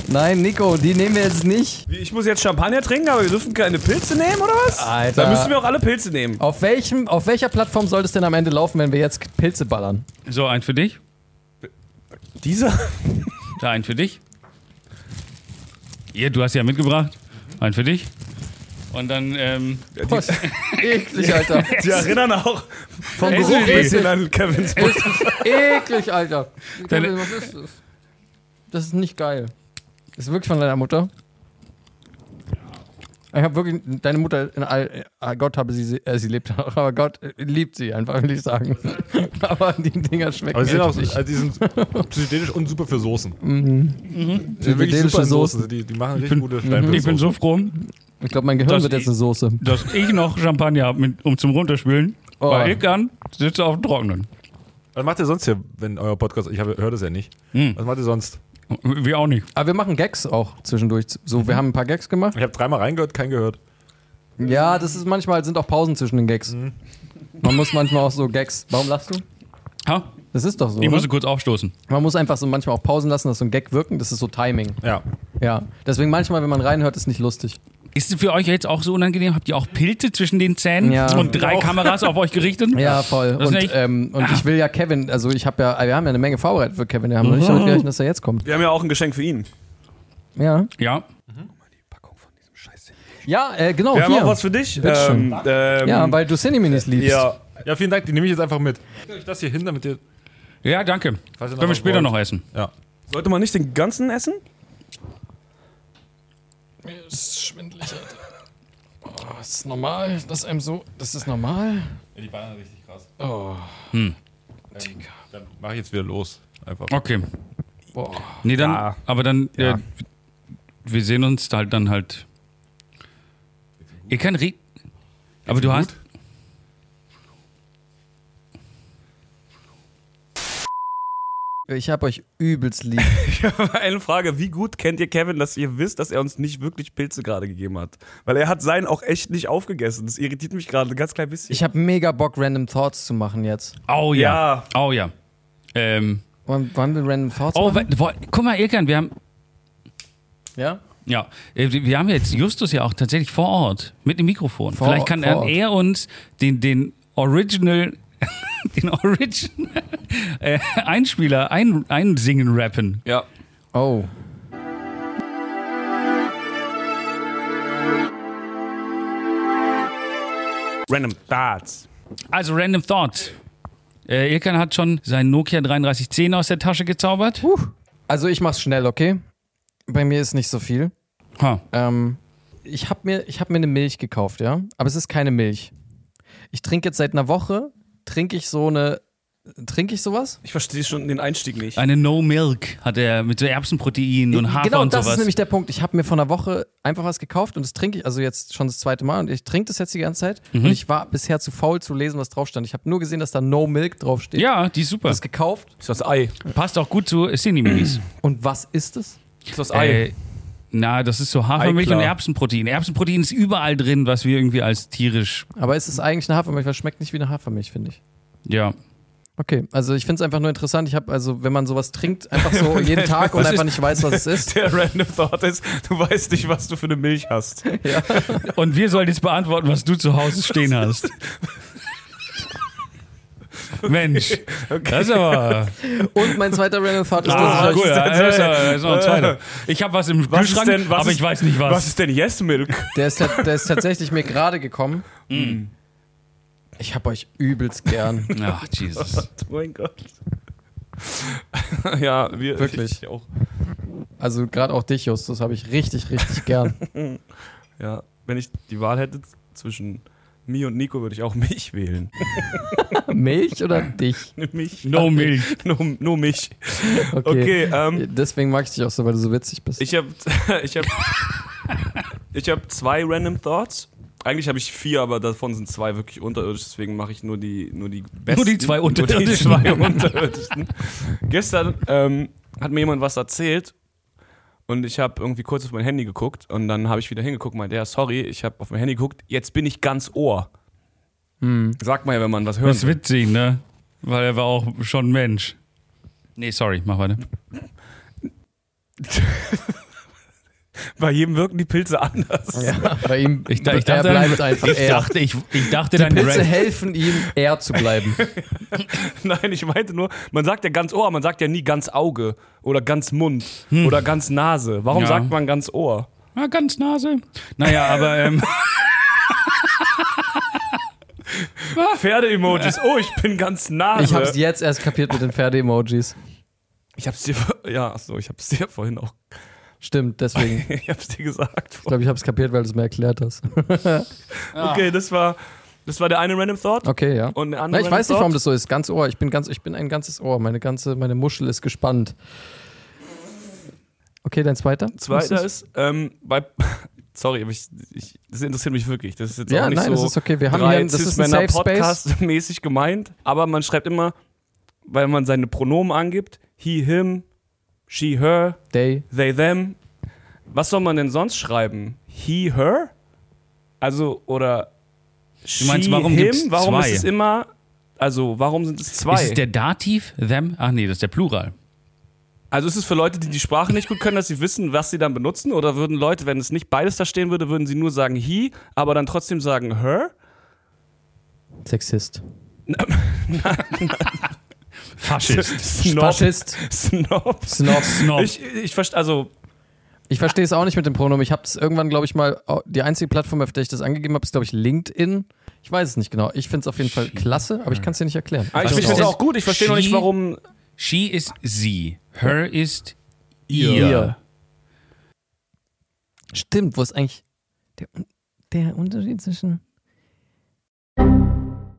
B: Nein, Nico, die nehmen wir jetzt nicht.
C: Ich muss jetzt Champagner trinken, aber wir dürfen keine Pilze nehmen, oder was?
B: Alter.
C: Da müssen wir auch alle Pilze nehmen.
B: Auf, welchem, auf welcher Plattform soll es denn am Ende laufen, wenn wir jetzt Pilze ballern?
D: So, einen für dich.
C: Dieser?
D: Da, einen für dich. Ihr, du hast ja mitgebracht. Einen für dich. Und dann. Ähm,
B: Prost. Eklig, Alter.
C: Die erinnern auch
B: Vom
D: Essen
B: Geruch
D: die.
B: bis
C: bisschen an Kevins Mund.
B: Eklig, Alter.
D: Deine-
B: Was ist das? Das ist nicht geil. Das ist wirklich von deiner Mutter. Ich habe wirklich deine Mutter in all. ah, Gott habe sie, se- äh, sie lebt auch, aber Gott äh, liebt sie einfach, will ich sagen. aber die Dinger schmecken.
L: Aber sie sind auch
B: echt
L: also die sind psychedelisch und super für Soßen. Die sind wirklich
B: Psychedelische
L: super in
B: Soßen.
L: Soßen. Die, die machen richtig gute
D: ich bin
L: Steinpilzsoßen.
D: so froh,
B: Ich glaube, mein Gehirn
D: Das
B: wird jetzt
D: ich-
B: eine Soße.
D: dass ich noch Champagner habe, mit- um zum Runterspülen.
B: Oh.
D: Bei Ilkan sitzt er auf dem Trockenen.
L: Was macht ihr sonst hier, wenn euer Podcast, ich höre das ja nicht.
D: Mhm.
L: Was macht ihr sonst?
D: Wir auch nicht.
B: Aber wir machen Gags auch zwischendurch. So, wir haben ein paar Gags gemacht.
L: Ich habe dreimal reingehört, keinen gehört. Mhm.
B: Ja, das ist manchmal sind auch Pausen zwischen den Gags. Man muss manchmal auch so Gags. Warum lachst du?
D: Ha?
B: Das ist doch so.
D: Ich
B: oder?
D: musste kurz aufstoßen.
B: Man muss einfach so manchmal auch pausen lassen, dass so ein Gag wirken. Das ist so Timing.
L: Ja.
B: Ja. Deswegen manchmal, wenn man reinhört, ist nicht lustig.
D: Ist es für euch jetzt auch so unangenehm? Habt ihr auch Pilze zwischen den Zähnen
B: Ja.
D: und drei
L: Auch.
D: Kameras auf euch gerichtet?
B: Ja, voll.
D: Das
B: Und,
D: ist echt-
B: ähm, und ich will ja Kevin, also ich habe ja, wir haben ja eine Menge vorbereitet für Kevin. Wir haben noch nicht damit gerechnet, dass er jetzt kommt.
C: Wir haben ja auch ein Geschenk für ihn.
B: Ja.
D: Ja.
B: Ja, äh, genau.
C: Wir haben
B: hier.
C: auch was für dich.
B: Bitteschön.
C: Ähm, ähm,
B: ja, weil du Cineminis liebst.
C: ja.
L: Ja, vielen Dank, die nehme ich jetzt einfach mit. Ich das hier hin, damit ihr.
D: Ja, danke.
L: Falls ihr noch
D: Können wir
L: was
D: später
L: wollt.
D: noch essen.
L: Ja.
C: Sollte man nicht den ganzen essen?
B: Das Oh, ist normal, dass einem so, das ist normal.
L: Die Beine richtig krass. Oh. Dann mache ich jetzt wieder los. Einfach.
D: Okay.
B: Boah.
D: Nee, dann,
B: Ja.
D: aber dann,
B: Ja.
D: äh, wir sehen uns halt dann halt. Ihr könnt reden. Aber du hast.
B: Ich habe euch übelst lieb.
C: Eine Frage, wie gut kennt ihr Kevin, dass ihr wisst, dass er uns nicht wirklich Pilze gerade gegeben hat? Weil er hat seinen auch echt nicht aufgegessen. Das irritiert mich gerade ein ganz klein bisschen.
B: Ich habe mega Bock, Random Thoughts zu machen jetzt.
D: Oh ja. Oh ja. Ähm.
B: Wollen, wollen wir Random Thoughts
D: Oh,
B: machen?
D: wa- wo- guck mal, Ilkan, wir haben.
B: Ja?
D: Ja, äh, wir haben jetzt Justus ja auch tatsächlich vor Ort mit dem Mikrofon.
B: Vor-
D: Vielleicht kann
B: vor
D: dann
B: Ort.
D: er uns den, den Original, den Original äh, Einspieler ein, einsingen, rappen. Ja.
B: Oh.
C: Random Thoughts.
D: Also Random Thought. Äh, Ilkan hat schon sein Nokia 3310 aus der Tasche gezaubert.
B: Also ich mach's schnell, okay? Bei mir ist nicht so viel.
D: Ha.
B: Ähm, ich habe mir, ich hab mir eine Milch gekauft, ja? Aber es ist keine Milch. Ich trinke jetzt seit einer Woche, trinke ich so eine. Trinke ich sowas?
C: Ich verstehe schon den Einstieg nicht.
D: Eine No Milk hat er mit so Erbsenprotein und Hafer
B: genau,
D: und
B: das
D: sowas.
B: ist nämlich der Punkt. Ich habe mir vor einer Woche einfach was gekauft und das trinke ich, also jetzt schon das zweite Mal und ich trinke das jetzt die ganze Zeit
D: Mhm.
B: und ich war bisher zu faul zu lesen, was drauf stand. Ich habe nur gesehen, dass da No Milk draufsteht.
D: ja, die ist super.
B: Das gekauft.
C: Ist das Ei.
D: Passt auch gut zu Cineminis.
B: Und was ist es?
C: Ist das
D: Äh, na, das ist so Hafermilch
B: Eiklar.
D: und Erbsenprotein. Erbsenprotein ist überall drin, was wir irgendwie als tierisch.
B: Aber es ist eigentlich eine Hafermilch, weil es schmeckt nicht wie eine Hafermilch, finde ich.
D: Ja.
B: Okay, also ich finde es einfach nur interessant. Ich habe also, wenn man sowas trinkt, einfach so jeden Tag und
C: Das ist-
B: einfach nicht weiß, was es ist.
C: Der Random Thought ist, du weißt nicht, was du für eine Milch hast.
D: Und wir sollen jetzt beantworten, was du zu Hause stehen hast. Mensch, das ist aber.
B: Und mein zweiter Random Thought ist,
D: Ah,
B: dass ich
D: gut,
B: euch-
D: ja, das ist, aber- das ist noch ein zweiter. Ich habe was im
C: Was ist
D: Kühlschrank,
C: denn- was
D: aber
C: ist-
D: ich weiß nicht was.
C: Was ist denn Yes Milk?
B: der, ist, ta- der ist tatsächlich mir gerade gekommen.
D: Mm.
B: Ich habe euch übelst gern.
D: Ach, Jesus.
C: mein Gott. ja, wir.
B: Wirklich.
C: Ich auch.
B: Also gerade auch dich, Justus, habe ich richtig, richtig gern.
C: Ja, wenn ich die Wahl hätte zwischen mir und Nico, würde ich auch mich wählen.
B: Milch oder dich?
C: Mich.
D: No Milch.
C: Nur, nur mich.
B: Okay.
C: Okay, ähm,
B: Deswegen mag ich dich auch so, weil du so witzig bist.
C: ich habe ich hab, ich hab zwei Random Thoughts. Eigentlich habe ich vier, aber davon sind zwei wirklich unterirdisch, deswegen mache ich nur die, nur die besten.
D: die zwei
C: Nur die
D: unterirdischen.
C: zwei unterirdischen. Gestern ähm, hat mir jemand was erzählt und ich habe irgendwie kurz auf mein Handy geguckt und dann habe ich wieder hingeguckt und meinte, ja, sorry, ich habe auf mein Handy geguckt, jetzt bin ich ganz Ohr. Sagt man ja, wenn man was hört.
D: Das ist witzig, ne? Weil er war auch schon Mensch. Nee, sorry, mach weiter.
C: Bei jedem wirken die Pilze anders.
B: ja, bei ihm,
D: Ich, da- ich
B: er
D: dachte,
B: bleibt einfach
D: ich
B: er.
D: dachte, ich, ich dachte,
B: die
D: dein
B: Pilze
D: Rant-
B: helfen ihm, er zu bleiben.
C: Nein, ich meinte nur, man sagt ja ganz Ohr, man sagt ja nie ganz Auge oder ganz Mund oder ganz Nase. Warum
D: Ja.
C: sagt man ganz Ohr?
D: Ja, ganz Nase. Naja, aber ähm,
C: Pferde-Emojis. Oh, ich bin ganz Nase.
B: Ich habe es jetzt erst kapiert mit den Pferde-Emojis.
C: Ich hab's dir, ja, ach so, ich hab's dir vorhin auch,
B: Stimmt, deswegen.
C: ich hab's dir gesagt.
B: Ich glaube, ich habe es kapiert, weil du es mir erklärt hast.
C: Okay, das war, das war der eine Random Thought.
B: Okay, ja.
C: Und der
B: Na,
C: andere
B: ich weiß nicht,
C: Random
B: warum
C: Thought?
B: das so ist. Ganz Ohr. Ich bin, ganz, ich bin ein ganzes Ohr. Meine ganze, meine Muschel ist gespannt. Okay, dein zweiter?
C: Zweiter
B: Justus?
C: ist, ähm, bei, sorry, aber ich, ich, das interessiert mich wirklich. Das ist jetzt
B: Ja,
C: auch nicht
B: nein,
C: so
B: das ist okay. Wir haben
C: drei
B: hier ein- das ist ein
C: Cis-Männer
B: Safe Space.
C: Podcast-mäßig gemeint. Aber man schreibt immer, weil man seine Pronomen angibt, he, him, she, her,
B: Day.
C: They, them. Was soll man denn sonst schreiben? He, her? Also, oder she,
D: meinst, warum
C: him?
D: gibt's
C: warum
D: zwei?
C: ist es immer, also, warum sind es zwei?
D: ist es der Dativ, them? Ach nee, das ist der Plural.
C: also, ist es für Leute, die die Sprache nicht gut können, dass sie wissen, was sie dann benutzen? Oder würden Leute, wenn es nicht beides da stehen würde, würden sie nur sagen he, aber dann trotzdem sagen her?
B: Sexist.
D: Faschist.
C: Snob.
B: Faschist.
C: Snob.
B: Snob.
D: Snob.
C: Ich, ich verstehe, also,
B: Ich verstehe es auch nicht mit dem Pronomen. Ich habe es irgendwann, glaube ich, mal. oh, Die einzige Plattform, auf der ich das angegeben habe, ist, glaube ich, LinkedIn. Ich weiß es nicht genau. Ich finde es auf jeden Fall klasse, aber ich kann es dir nicht erklären.
C: Ah, ich
D: Was
C: finde es
D: ist-
C: auch gut. Ich verstehe noch nicht,
D: she-
C: warum.
D: She ist sie. Her ist ihr.
B: Ihr. Stimmt, wo ist eigentlich der, Un- der Unterschied zwischen.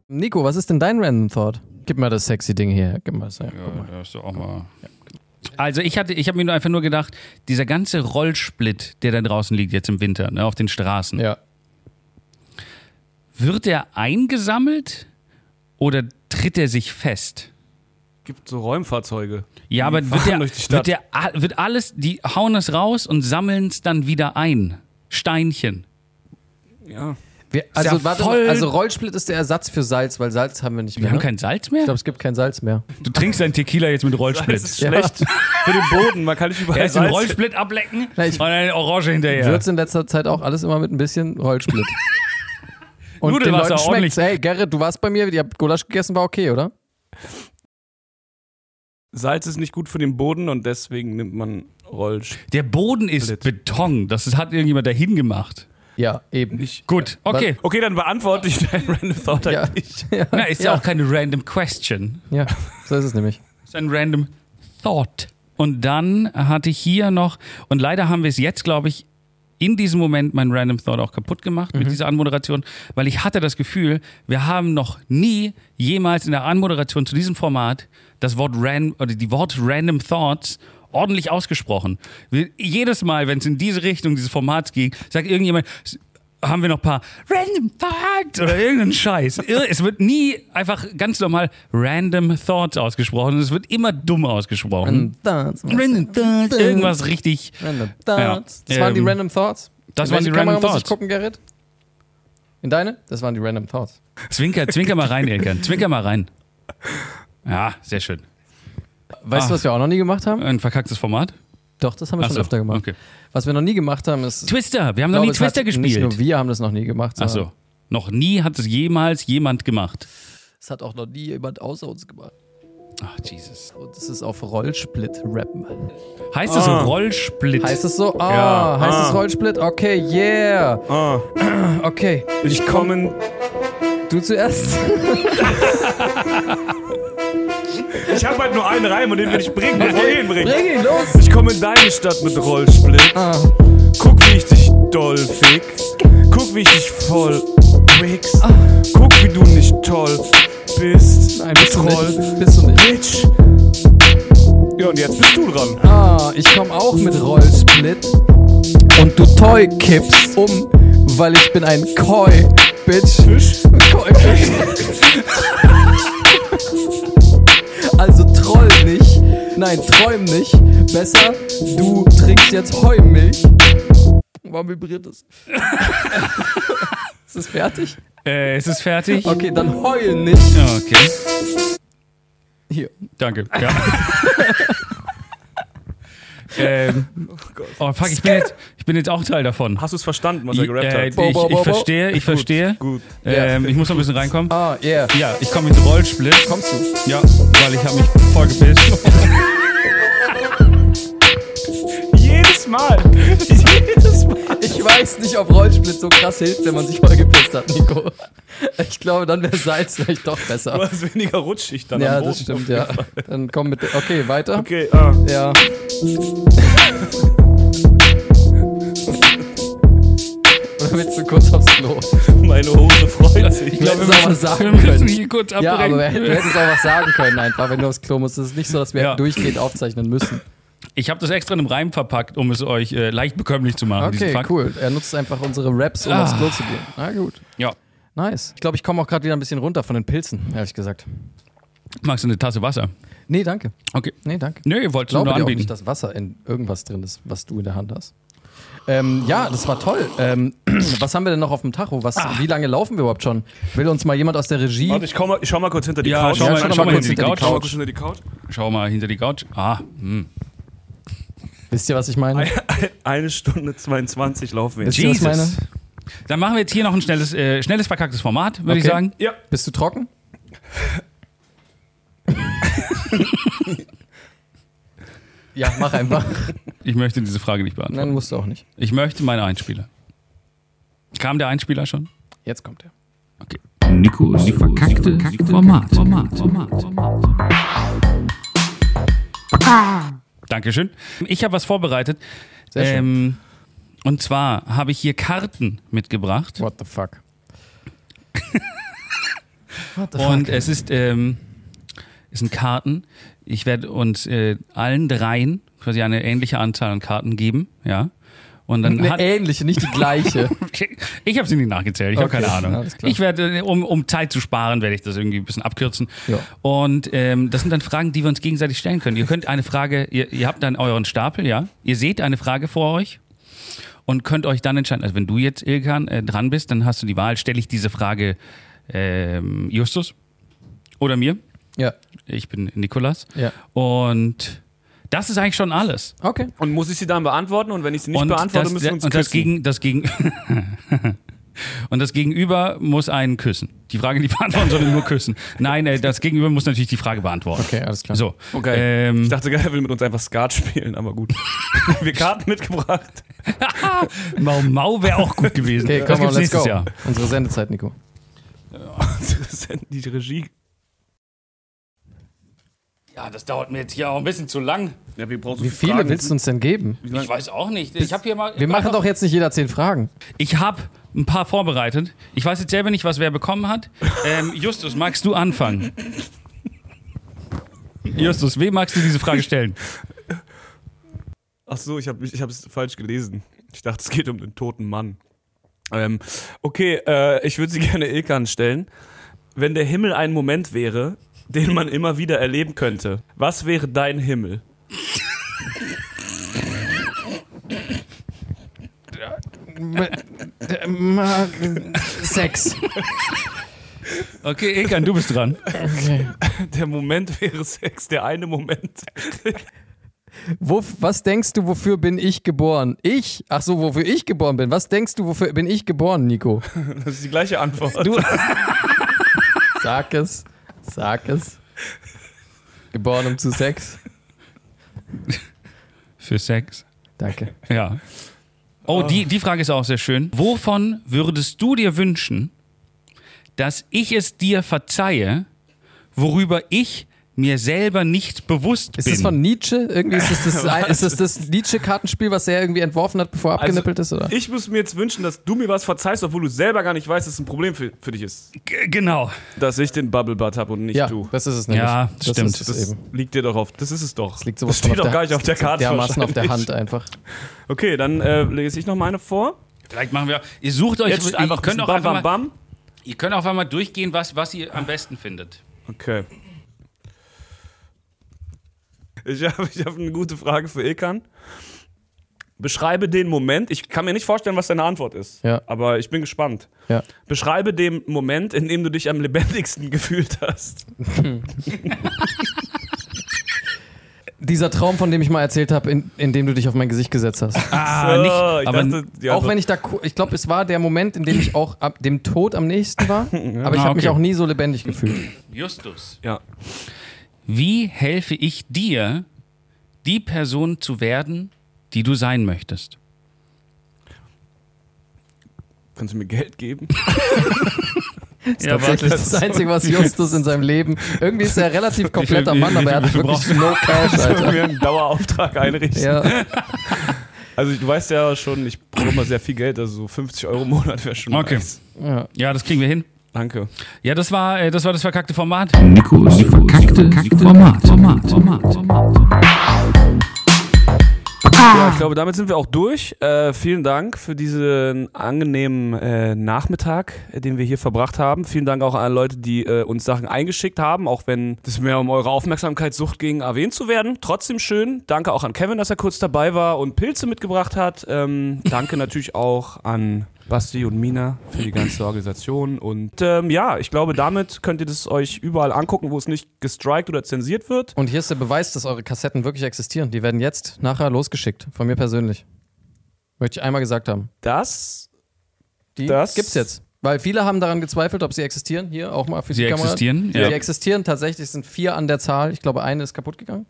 B: Nico, was ist denn dein Random Thought? Gib mal das sexy Ding hier. Gib mal das her. Guck mal.
D: Ja, das ist doch auch mal. Also ich hatte, ich habe mir nur einfach nur gedacht, dieser ganze Rollsplit, der da draußen liegt jetzt im Winter, ne, auf den Straßen. Wird er eingesammelt oder tritt er sich fest?
C: Gibt so Räumfahrzeuge.
D: Ja, aber
C: Die Hm,
D: wird,
C: fahren
D: der,
C: durch die Stadt.
D: wird, der, a- wird alles, die hauen es raus und sammeln es dann wieder ein. Steinchen.
C: Ja.
B: Wir,
D: Ist
B: also,
D: ja
B: warte,
D: voll-
B: mal, also Rollsplit ist der Ersatz für Salz, weil Salz haben wir nicht mehr.
D: haben
B: ne?
D: kein Salz mehr?
B: Ich glaube, es gibt kein Salz mehr.
D: Du trinkst deinen Tequila jetzt mit Rollsplit.
B: Salz ist schlecht.
C: Für den Boden, man kann nicht überall
D: Erst den
C: Salz-
D: Rollsplit ablecken
B: Na, ich-
D: und eine Orange hinterher.
B: Wird's in letzter Zeit auch alles immer mit ein bisschen Rollsplit. Und den
D: Nudelwasser
B: Leuten
D: ordentlich.
B: schmeckt's. Hey, Gerrit, du warst bei mir, ihr habt Gulasch gegessen, war okay, oder?
C: Salz ist nicht gut für den Boden und deswegen nimmt man Rollsplit.
D: Der Boden ist Beton. Das hat irgendjemand dahin gemacht.
B: Ja, eben.
D: Gut, okay.
C: Okay, dann beantworte ich dein Random Thought
B: Ja.
C: eigentlich.
D: Na, ist ja auch keine random question.
B: Ja, so ist es nämlich.
D: Ist ein random thought. Und dann hatte ich hier noch, und leider haben wir es jetzt, glaube ich, in diesem Moment mein Random Thought auch kaputt gemacht mit dieser Anmoderation, weil ich hatte das Gefühl, wir haben noch nie jemals in der Anmoderation zu diesem Format das Wort ran oder die Wort Random Thoughts ordentlich ausgesprochen. Wir, jedes Mal, wenn es in diese Richtung dieses Formats ging, sagt irgendjemand, "S- haben wir noch ein paar Random Thoughts oder irgendeinen Scheiß. Ir- es wird nie einfach ganz normal Random Thoughts ausgesprochen. Es wird immer dumm ausgesprochen.
B: Thoughts.
D: Random Thoughts. Irgendwas richtig.
B: Random
D: Ja.
B: Thoughts. Das waren die
D: Ähm,
B: Random Thoughts.
D: das
B: In
D: waren
B: welche
D: die
B: Kamera
D: Random
B: muss ich
D: Thoughts.
B: gucken, Gerrit? In deine? Das waren die Random Thoughts.
D: Zwinker, zwinker mal rein, Elkan. Zwinker mal rein. Ja, sehr schön.
B: Weißt du,
D: Ah.
B: was wir auch noch nie gemacht haben?
D: Ein verkacktes Format?
B: Doch, das haben wir
D: Ach
B: schon
D: so,
B: öfter gemacht.
D: okay.
B: Was wir noch nie gemacht haben, ist.
D: Twister, wir haben
B: Ich
D: noch nie
B: es hat-
D: Twister
B: Nicht
D: gespielt.
B: nur wir haben das noch nie gemacht.
D: Ach
B: sondern
D: so. Noch nie hat es jemals jemand gemacht.
B: Es hat auch noch nie jemand außer uns gemacht.
D: Ach, Jesus.
B: Und es ist auf Rollsplit-Rappen.
D: Heißt es
B: Ah.
D: Rollsplit?
B: Heißt es so? Ah,
D: Ja.
B: heißt
D: Ah.
B: es Rollsplit? Okay, yeah. Okay. Ich komme. Du zuerst.
C: Ich habe halt nur einen Reim und den will ich bringen, bevor
B: Okay,
C: ich ihn bringe.
B: bring ihn, los.
C: Ich komme in deine Stadt mit Rollsplit.
B: Ah.
C: Guck, wie ich dich doll fick. Guck, wie ich dich voll wichs. Guck, wie du nicht toll bist.
B: Ah. Nein, bist du nicht.
C: Bist
B: du nicht.
C: Bitch. Ja, und jetzt bist du dran.
B: Ah, ich komme auch mit Rollsplit. Und du Toy kippst um, weil ich bin ein Koi, Bitch. Koi, Also troll nicht. Nein, träum nicht. Besser, du trinkst jetzt Heumilch. Warum vibriert das? ist es fertig?
D: Äh, es ist fertig.
B: Okay, dann heul nicht.
D: Ja, okay.
B: Hier.
D: Danke. Ja. ähm, oh, fuck, ich bin, jetzt, ich bin jetzt auch Teil davon.
C: Hast du es verstanden, was er gerappt hat?
D: Äh, Ich, ich, ich verstehe, ich verstehe.
C: Gut.
D: Ähm, ich muss noch ein bisschen reinkommen.
B: Ah, yeah.
D: Ja, ich komme mit Rollsplit. Kommst
B: du?
D: Ja, weil ich habe mich voll gepisst.
C: Jedes Mal. Jedes Mal.
B: Ich weiß nicht, ob Rollsplit so krass hilft, wenn man sich voll gepisst hat, Nico. Ich glaube, dann wäre Salz vielleicht doch
C: Du
B: besser.
C: hast weniger rutschig dann
B: ja,
C: am Boden.
B: das stimmt, ja. Dann komm mit. Okay, weiter.
C: Okay, ah.
B: Ja. Oder willst du kurz aufs Klo?
C: Meine Hose freut sich.
B: Ich glaube, wir
D: müssen-
B: müssen es sagen
D: wir müssen
B: können.
D: hier kurz
B: ja,
D: abbrechen.
B: aber wir, hätten- wir hätten es auch was sagen können, einfach, wenn du aufs Klo musst. Es ist nicht so, dass wir
D: Ja.
B: durchgehend aufzeichnen müssen.
D: Ich habe das extra in einem Reim verpackt, um es euch äh, leicht bekömmlich zu machen. diesen
B: Okay,
D: Fakt.
B: cool. Er nutzt einfach unsere Raps, um
D: Ah.
B: aufs Klo zu gehen. Na gut.
D: Ja.
B: Nice. Ich glaube, ich komme auch gerade wieder ein bisschen runter von den Pilzen, ehrlich gesagt.
D: Magst du eine Tasse Wasser?
B: Nee, danke.
D: Okay.
B: Nee, danke.
D: Nee, ich
B: Ich
D: wollte es
B: glaube
D: nur
B: dir auch
D: anbieten.
B: nicht, dass Wasser in irgendwas drin ist, was du in der Hand hast. Ähm, ja, das war toll. Ähm, was haben wir denn noch auf dem Tacho? Was,
D: Ah.
B: Wie lange laufen wir überhaupt schon? Will uns mal jemand aus der Regie?
C: Warte, ich komm mal, ich schau mal kurz hinter die
D: Ja,
C: Couch.
D: schau mal- schau mal hinter die Couch.
C: Schau mal kurz hinter die Couch.
D: Schau mal hinter die Couch. Ah, hm.
B: Wisst ihr, was ich meine?
C: Eine Stunde 22 laufen wir
B: Wisst ihr, was ich meine?
D: Dann machen wir jetzt hier noch ein schnelles, äh, schnelles verkacktes Format, würde ich
B: Okay.
D: sagen.
C: Ja.
B: Bist du trocken? ja, mach einfach.
D: Ich möchte diese Frage nicht beantworten.
B: Nein, musst du auch nicht.
D: Ich möchte meinen Einspieler. Kam der Einspieler schon?
B: Jetzt kommt er.
D: Okay. Nikos, verkackte, Format. Dankeschön. Ich habe was vorbereitet.
B: Sehr schön.
D: Ähm, und zwar habe ich hier Karten mitgebracht.
B: What the fuck? What the
D: Und es ist ähm, Es sind Karten. Ich werde uns äh, allen dreien quasi eine ähnliche Anzahl an Karten geben, ja. Und dann
B: Eine
D: hat,
B: ähnliche, nicht die gleiche.
D: Okay. ich habe sie nicht nachgezählt, ich habe
B: Okay,
D: keine Ahnung.
B: alles klar.
D: Ich werde, äh, um, um Zeit zu sparen, werde ich das irgendwie ein bisschen abkürzen.
B: Ja.
D: Und ähm, das sind dann Fragen, die wir uns gegenseitig stellen können. Ihr könnt eine Frage, ihr, ihr habt dann euren Stapel, ja. Ihr seht eine Frage vor euch und könnt euch dann entscheiden. Also wenn du jetzt, Ilkan, äh, dran bist, dann hast du die Wahl, stelle ich diese Frage ähm, Justus oder mir.
B: Ja.
D: Ich bin Nikolas.
B: Ja.
D: Und das ist eigentlich schon alles.
B: Okay.
C: Und muss ich sie dann beantworten? Und wenn ich sie nicht beantworte,
D: das,
C: müssen wir uns
D: und das
C: küssen.
D: gegen, das gegen Und das Gegenüber muss einen küssen. Die Frage nicht beantworten, sondern nur küssen. Nein, äh, das Gegenüber muss natürlich die Frage beantworten.
B: Okay, alles klar.
D: So.
C: Okay.
D: Ähm,
C: ich dachte, er will mit uns einfach Skat spielen, aber gut. wir Karten mitgebracht.
D: Mau Mau wäre auch gut gewesen.
B: Okay,
D: das
B: komm mal,
D: gibt's
B: let's
D: nächstes
B: go.
D: Jahr.
B: Unsere Sendezeit, Nico.
C: Die Regie.
D: Ja, das dauert mir jetzt hier auch ein bisschen zu lang.
C: Ja, wir brauchen
B: Wie viele willst du uns denn geben?
D: Ich weiß auch nicht. Ich habe hier mal.
B: Wir machen doch jetzt nicht jeder zehn Fragen.
D: Ich habe ein paar vorbereitet. Ich weiß jetzt selber nicht, was wer bekommen hat. Ähm, Justus, magst du anfangen? Justus, wem magst du diese Frage stellen?
C: Ach so, ich habe ich hab's falsch gelesen. Ich dachte, es geht um den toten Mann. Ähm, okay, äh, ich würde sie gerne Ilkan stellen. Wenn der Himmel ein Moment wäre, den man immer wieder erleben könnte, was wäre dein Himmel?
D: Äh,
B: Sex.
D: Okay, Ilkan, du bist dran.
C: Der Moment wäre Sex, der eine Moment.
B: Wo, was denkst du, wofür bin ich geboren? Ich? Ach so, wofür ich geboren bin. Was denkst du, wofür bin ich geboren, Nico?
C: Das ist die gleiche Antwort.
B: Du. Sag es. Sag es. Geboren um zu Sex.
D: Für Sex.
B: Danke.
D: Ja. Oh, Die, die Frage ist auch sehr schön. Wovon würdest du dir wünschen, dass ich es dir verzeihe, worüber ich mir selber nicht bewusst
B: Ist
D: bin?
B: es von Nietzsche? Irgendwie ist es das, ein- ist es das Nietzsche-Kartenspiel, was er irgendwie entworfen hat,
D: Also,
B: bevor er abgenippelt ist, oder?
C: Ich muss mir jetzt wünschen, dass du mir was verzeihst, obwohl du selber gar nicht weißt, dass es ein Problem für, für dich ist.
D: G genau.
C: Dass ich den Bubble Butt habe und nicht
B: ja,
C: du.
B: das ist es nämlich.
D: Ja,
B: das
D: stimmt.
B: Ist es
C: Das
B: eben.
C: liegt dir doch auf. Das ist es doch. Das,
B: Liegt sowas von
C: steht doch gar nicht auf der Karte.
B: Dermaßen auf der
C: wahrscheinlich.
B: Hand einfach.
C: Okay, dann äh, lese ich noch meine vor.
D: Vielleicht machen wir. Ihr sucht euch
C: Jetzt
D: ihr
C: einfach
D: könnt
C: ein bisschen
D: auch
C: bam, bam,
D: einfach mal,
C: bam.
D: Ihr könnt auch einfach mal durchgehen, was, was ihr am besten findet.
C: Okay. Ich habe ich hab eine gute Frage für Ilkan. Beschreibe den Moment, ich kann mir nicht vorstellen, was deine Antwort ist,
B: Ja.
C: aber ich bin gespannt.
B: Ja.
C: Beschreibe den Moment, in dem du dich am lebendigsten gefühlt hast.
B: Dieser Traum, von dem ich mal erzählt habe, in, in dem du dich auf mein Gesicht gesetzt hast.
D: Ah,
C: So,
D: nicht.
C: Oh, ich
D: Aber
C: dachte, die
B: auch
C: Antwort-
B: wenn ich da, ku- ich glaube, es war der Moment, in dem ich auch ab dem Tod am nächsten war, aber ich
D: Ah,
B: habe
D: okay.
B: mich auch nie so lebendig gefühlt.
D: Justus,
C: Ja.
D: wie helfe ich dir, die Person zu werden, die du sein möchtest?
C: Kannst du mir Geld geben?
B: Das ist tatsächlich das Einzige, was Justus in seinem Leben. Irgendwie ist er relativ kompletter
D: viel-
B: Mann, aber er
D: wie
B: hat
D: viel
B: wirklich no cash,
C: Kannst du
B: Alter.
C: mir einen Dauerauftrag einrichten?
B: Ja,
C: Also du weißt ja schon, ich brauche immer sehr viel Geld, also so 50 Euro im Monat wäre schon
D: Okay.
C: nice.
B: ja.
D: Ja, das kriegen wir hin.
C: Danke.
D: Ja, das war äh, das, war das verkackte Format.
K: Nikos verkackte Format. Format. Format.
C: Ja, ich glaube, damit sind wir auch durch. Äh, vielen Dank für diesen angenehmen äh, Nachmittag, äh, den wir hier verbracht haben. Vielen Dank auch an Leute, die äh, uns Sachen eingeschickt haben, auch wenn es mehr um eure Aufmerksamkeitssucht ging, erwähnt zu werden. Trotzdem schön. Danke auch an Kevin, dass er kurz dabei war und Pilze mitgebracht hat. Ähm, danke natürlich auch an Basti und Mina für die ganze Organisation. Und ähm, ja, ich glaube, damit könnt ihr das euch überall angucken, wo es nicht gestrikt oder zensiert wird.
B: Und hier ist der Beweis, dass eure Kassetten wirklich existieren. Die werden jetzt nachher losgeschickt, von mir persönlich. Möchte ich einmal gesagt haben.
C: Das,
B: Die
C: Das-
B: gibt's jetzt. Weil viele haben daran gezweifelt, ob sie existieren. Hier auch mal für
D: Sie
B: die Kamera.
D: existieren, ja.
B: Sie existieren tatsächlich, sind vier an der Zahl. Ich glaube, eine ist kaputt gegangen.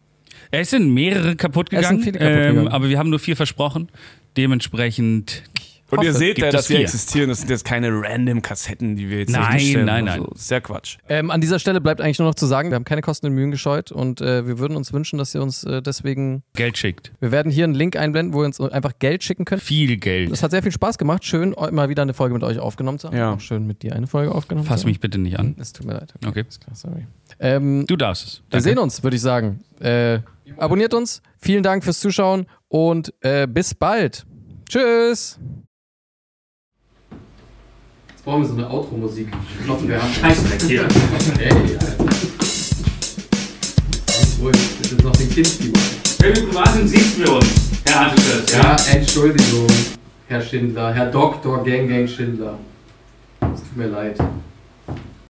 D: Es sind mehrere kaputt
B: Es
D: gegangen,
B: sind viele kaputt
D: ähm,
B: gegangen.
D: aber wir haben nur vier versprochen. Dementsprechend
C: Und ihr
D: hoffe,
C: seht ja,
D: gibt
C: dass
D: es
C: die
D: vier.
C: existieren. Das sind jetzt keine random Kassetten, die wir jetzt hier
D: Nein,
C: hinstellen
D: nein,
C: oder
D: nein.
C: So. Das ist ja Quatsch.
B: Ähm, an dieser Stelle bleibt eigentlich nur noch zu sagen, wir haben keine Kosten und Mühen gescheut und äh, wir würden uns wünschen, dass ihr uns äh, deswegen
D: Geld schickt.
B: Wir werden hier einen Link einblenden, wo ihr uns einfach Geld schicken könnt.
D: Viel Geld.
B: Das hat sehr viel Spaß gemacht. Schön, eu- mal wieder eine Folge mit euch aufgenommen zu haben.
D: Ja.
B: Auch schön mit dir eine Folge aufgenommen
D: Fass
B: zu haben.
D: mich bitte nicht an.
B: Es tut mir leid.
D: Okay.
B: sorry. Ähm,
D: du darfst es.
B: Wir sehen uns, würde ich sagen. Äh, abonniert uns. Vielen Dank fürs Zuschauen und äh, bis bald. Tschüss. Jetzt brauchen wir so eine Outro-Musik. Klopfen wir an.
M: Scheißdreck hier.
B: Ey, Alter. Ganz ruhig. Wir sind noch den Kindgeber.
M: Wenn wir privat sind, sieht mir uns, Herr Hattefeld.
B: Ja, Entschuldigung, Herr Schindler, Herr Doktor Gang Gang Schindler. Es tut mir leid.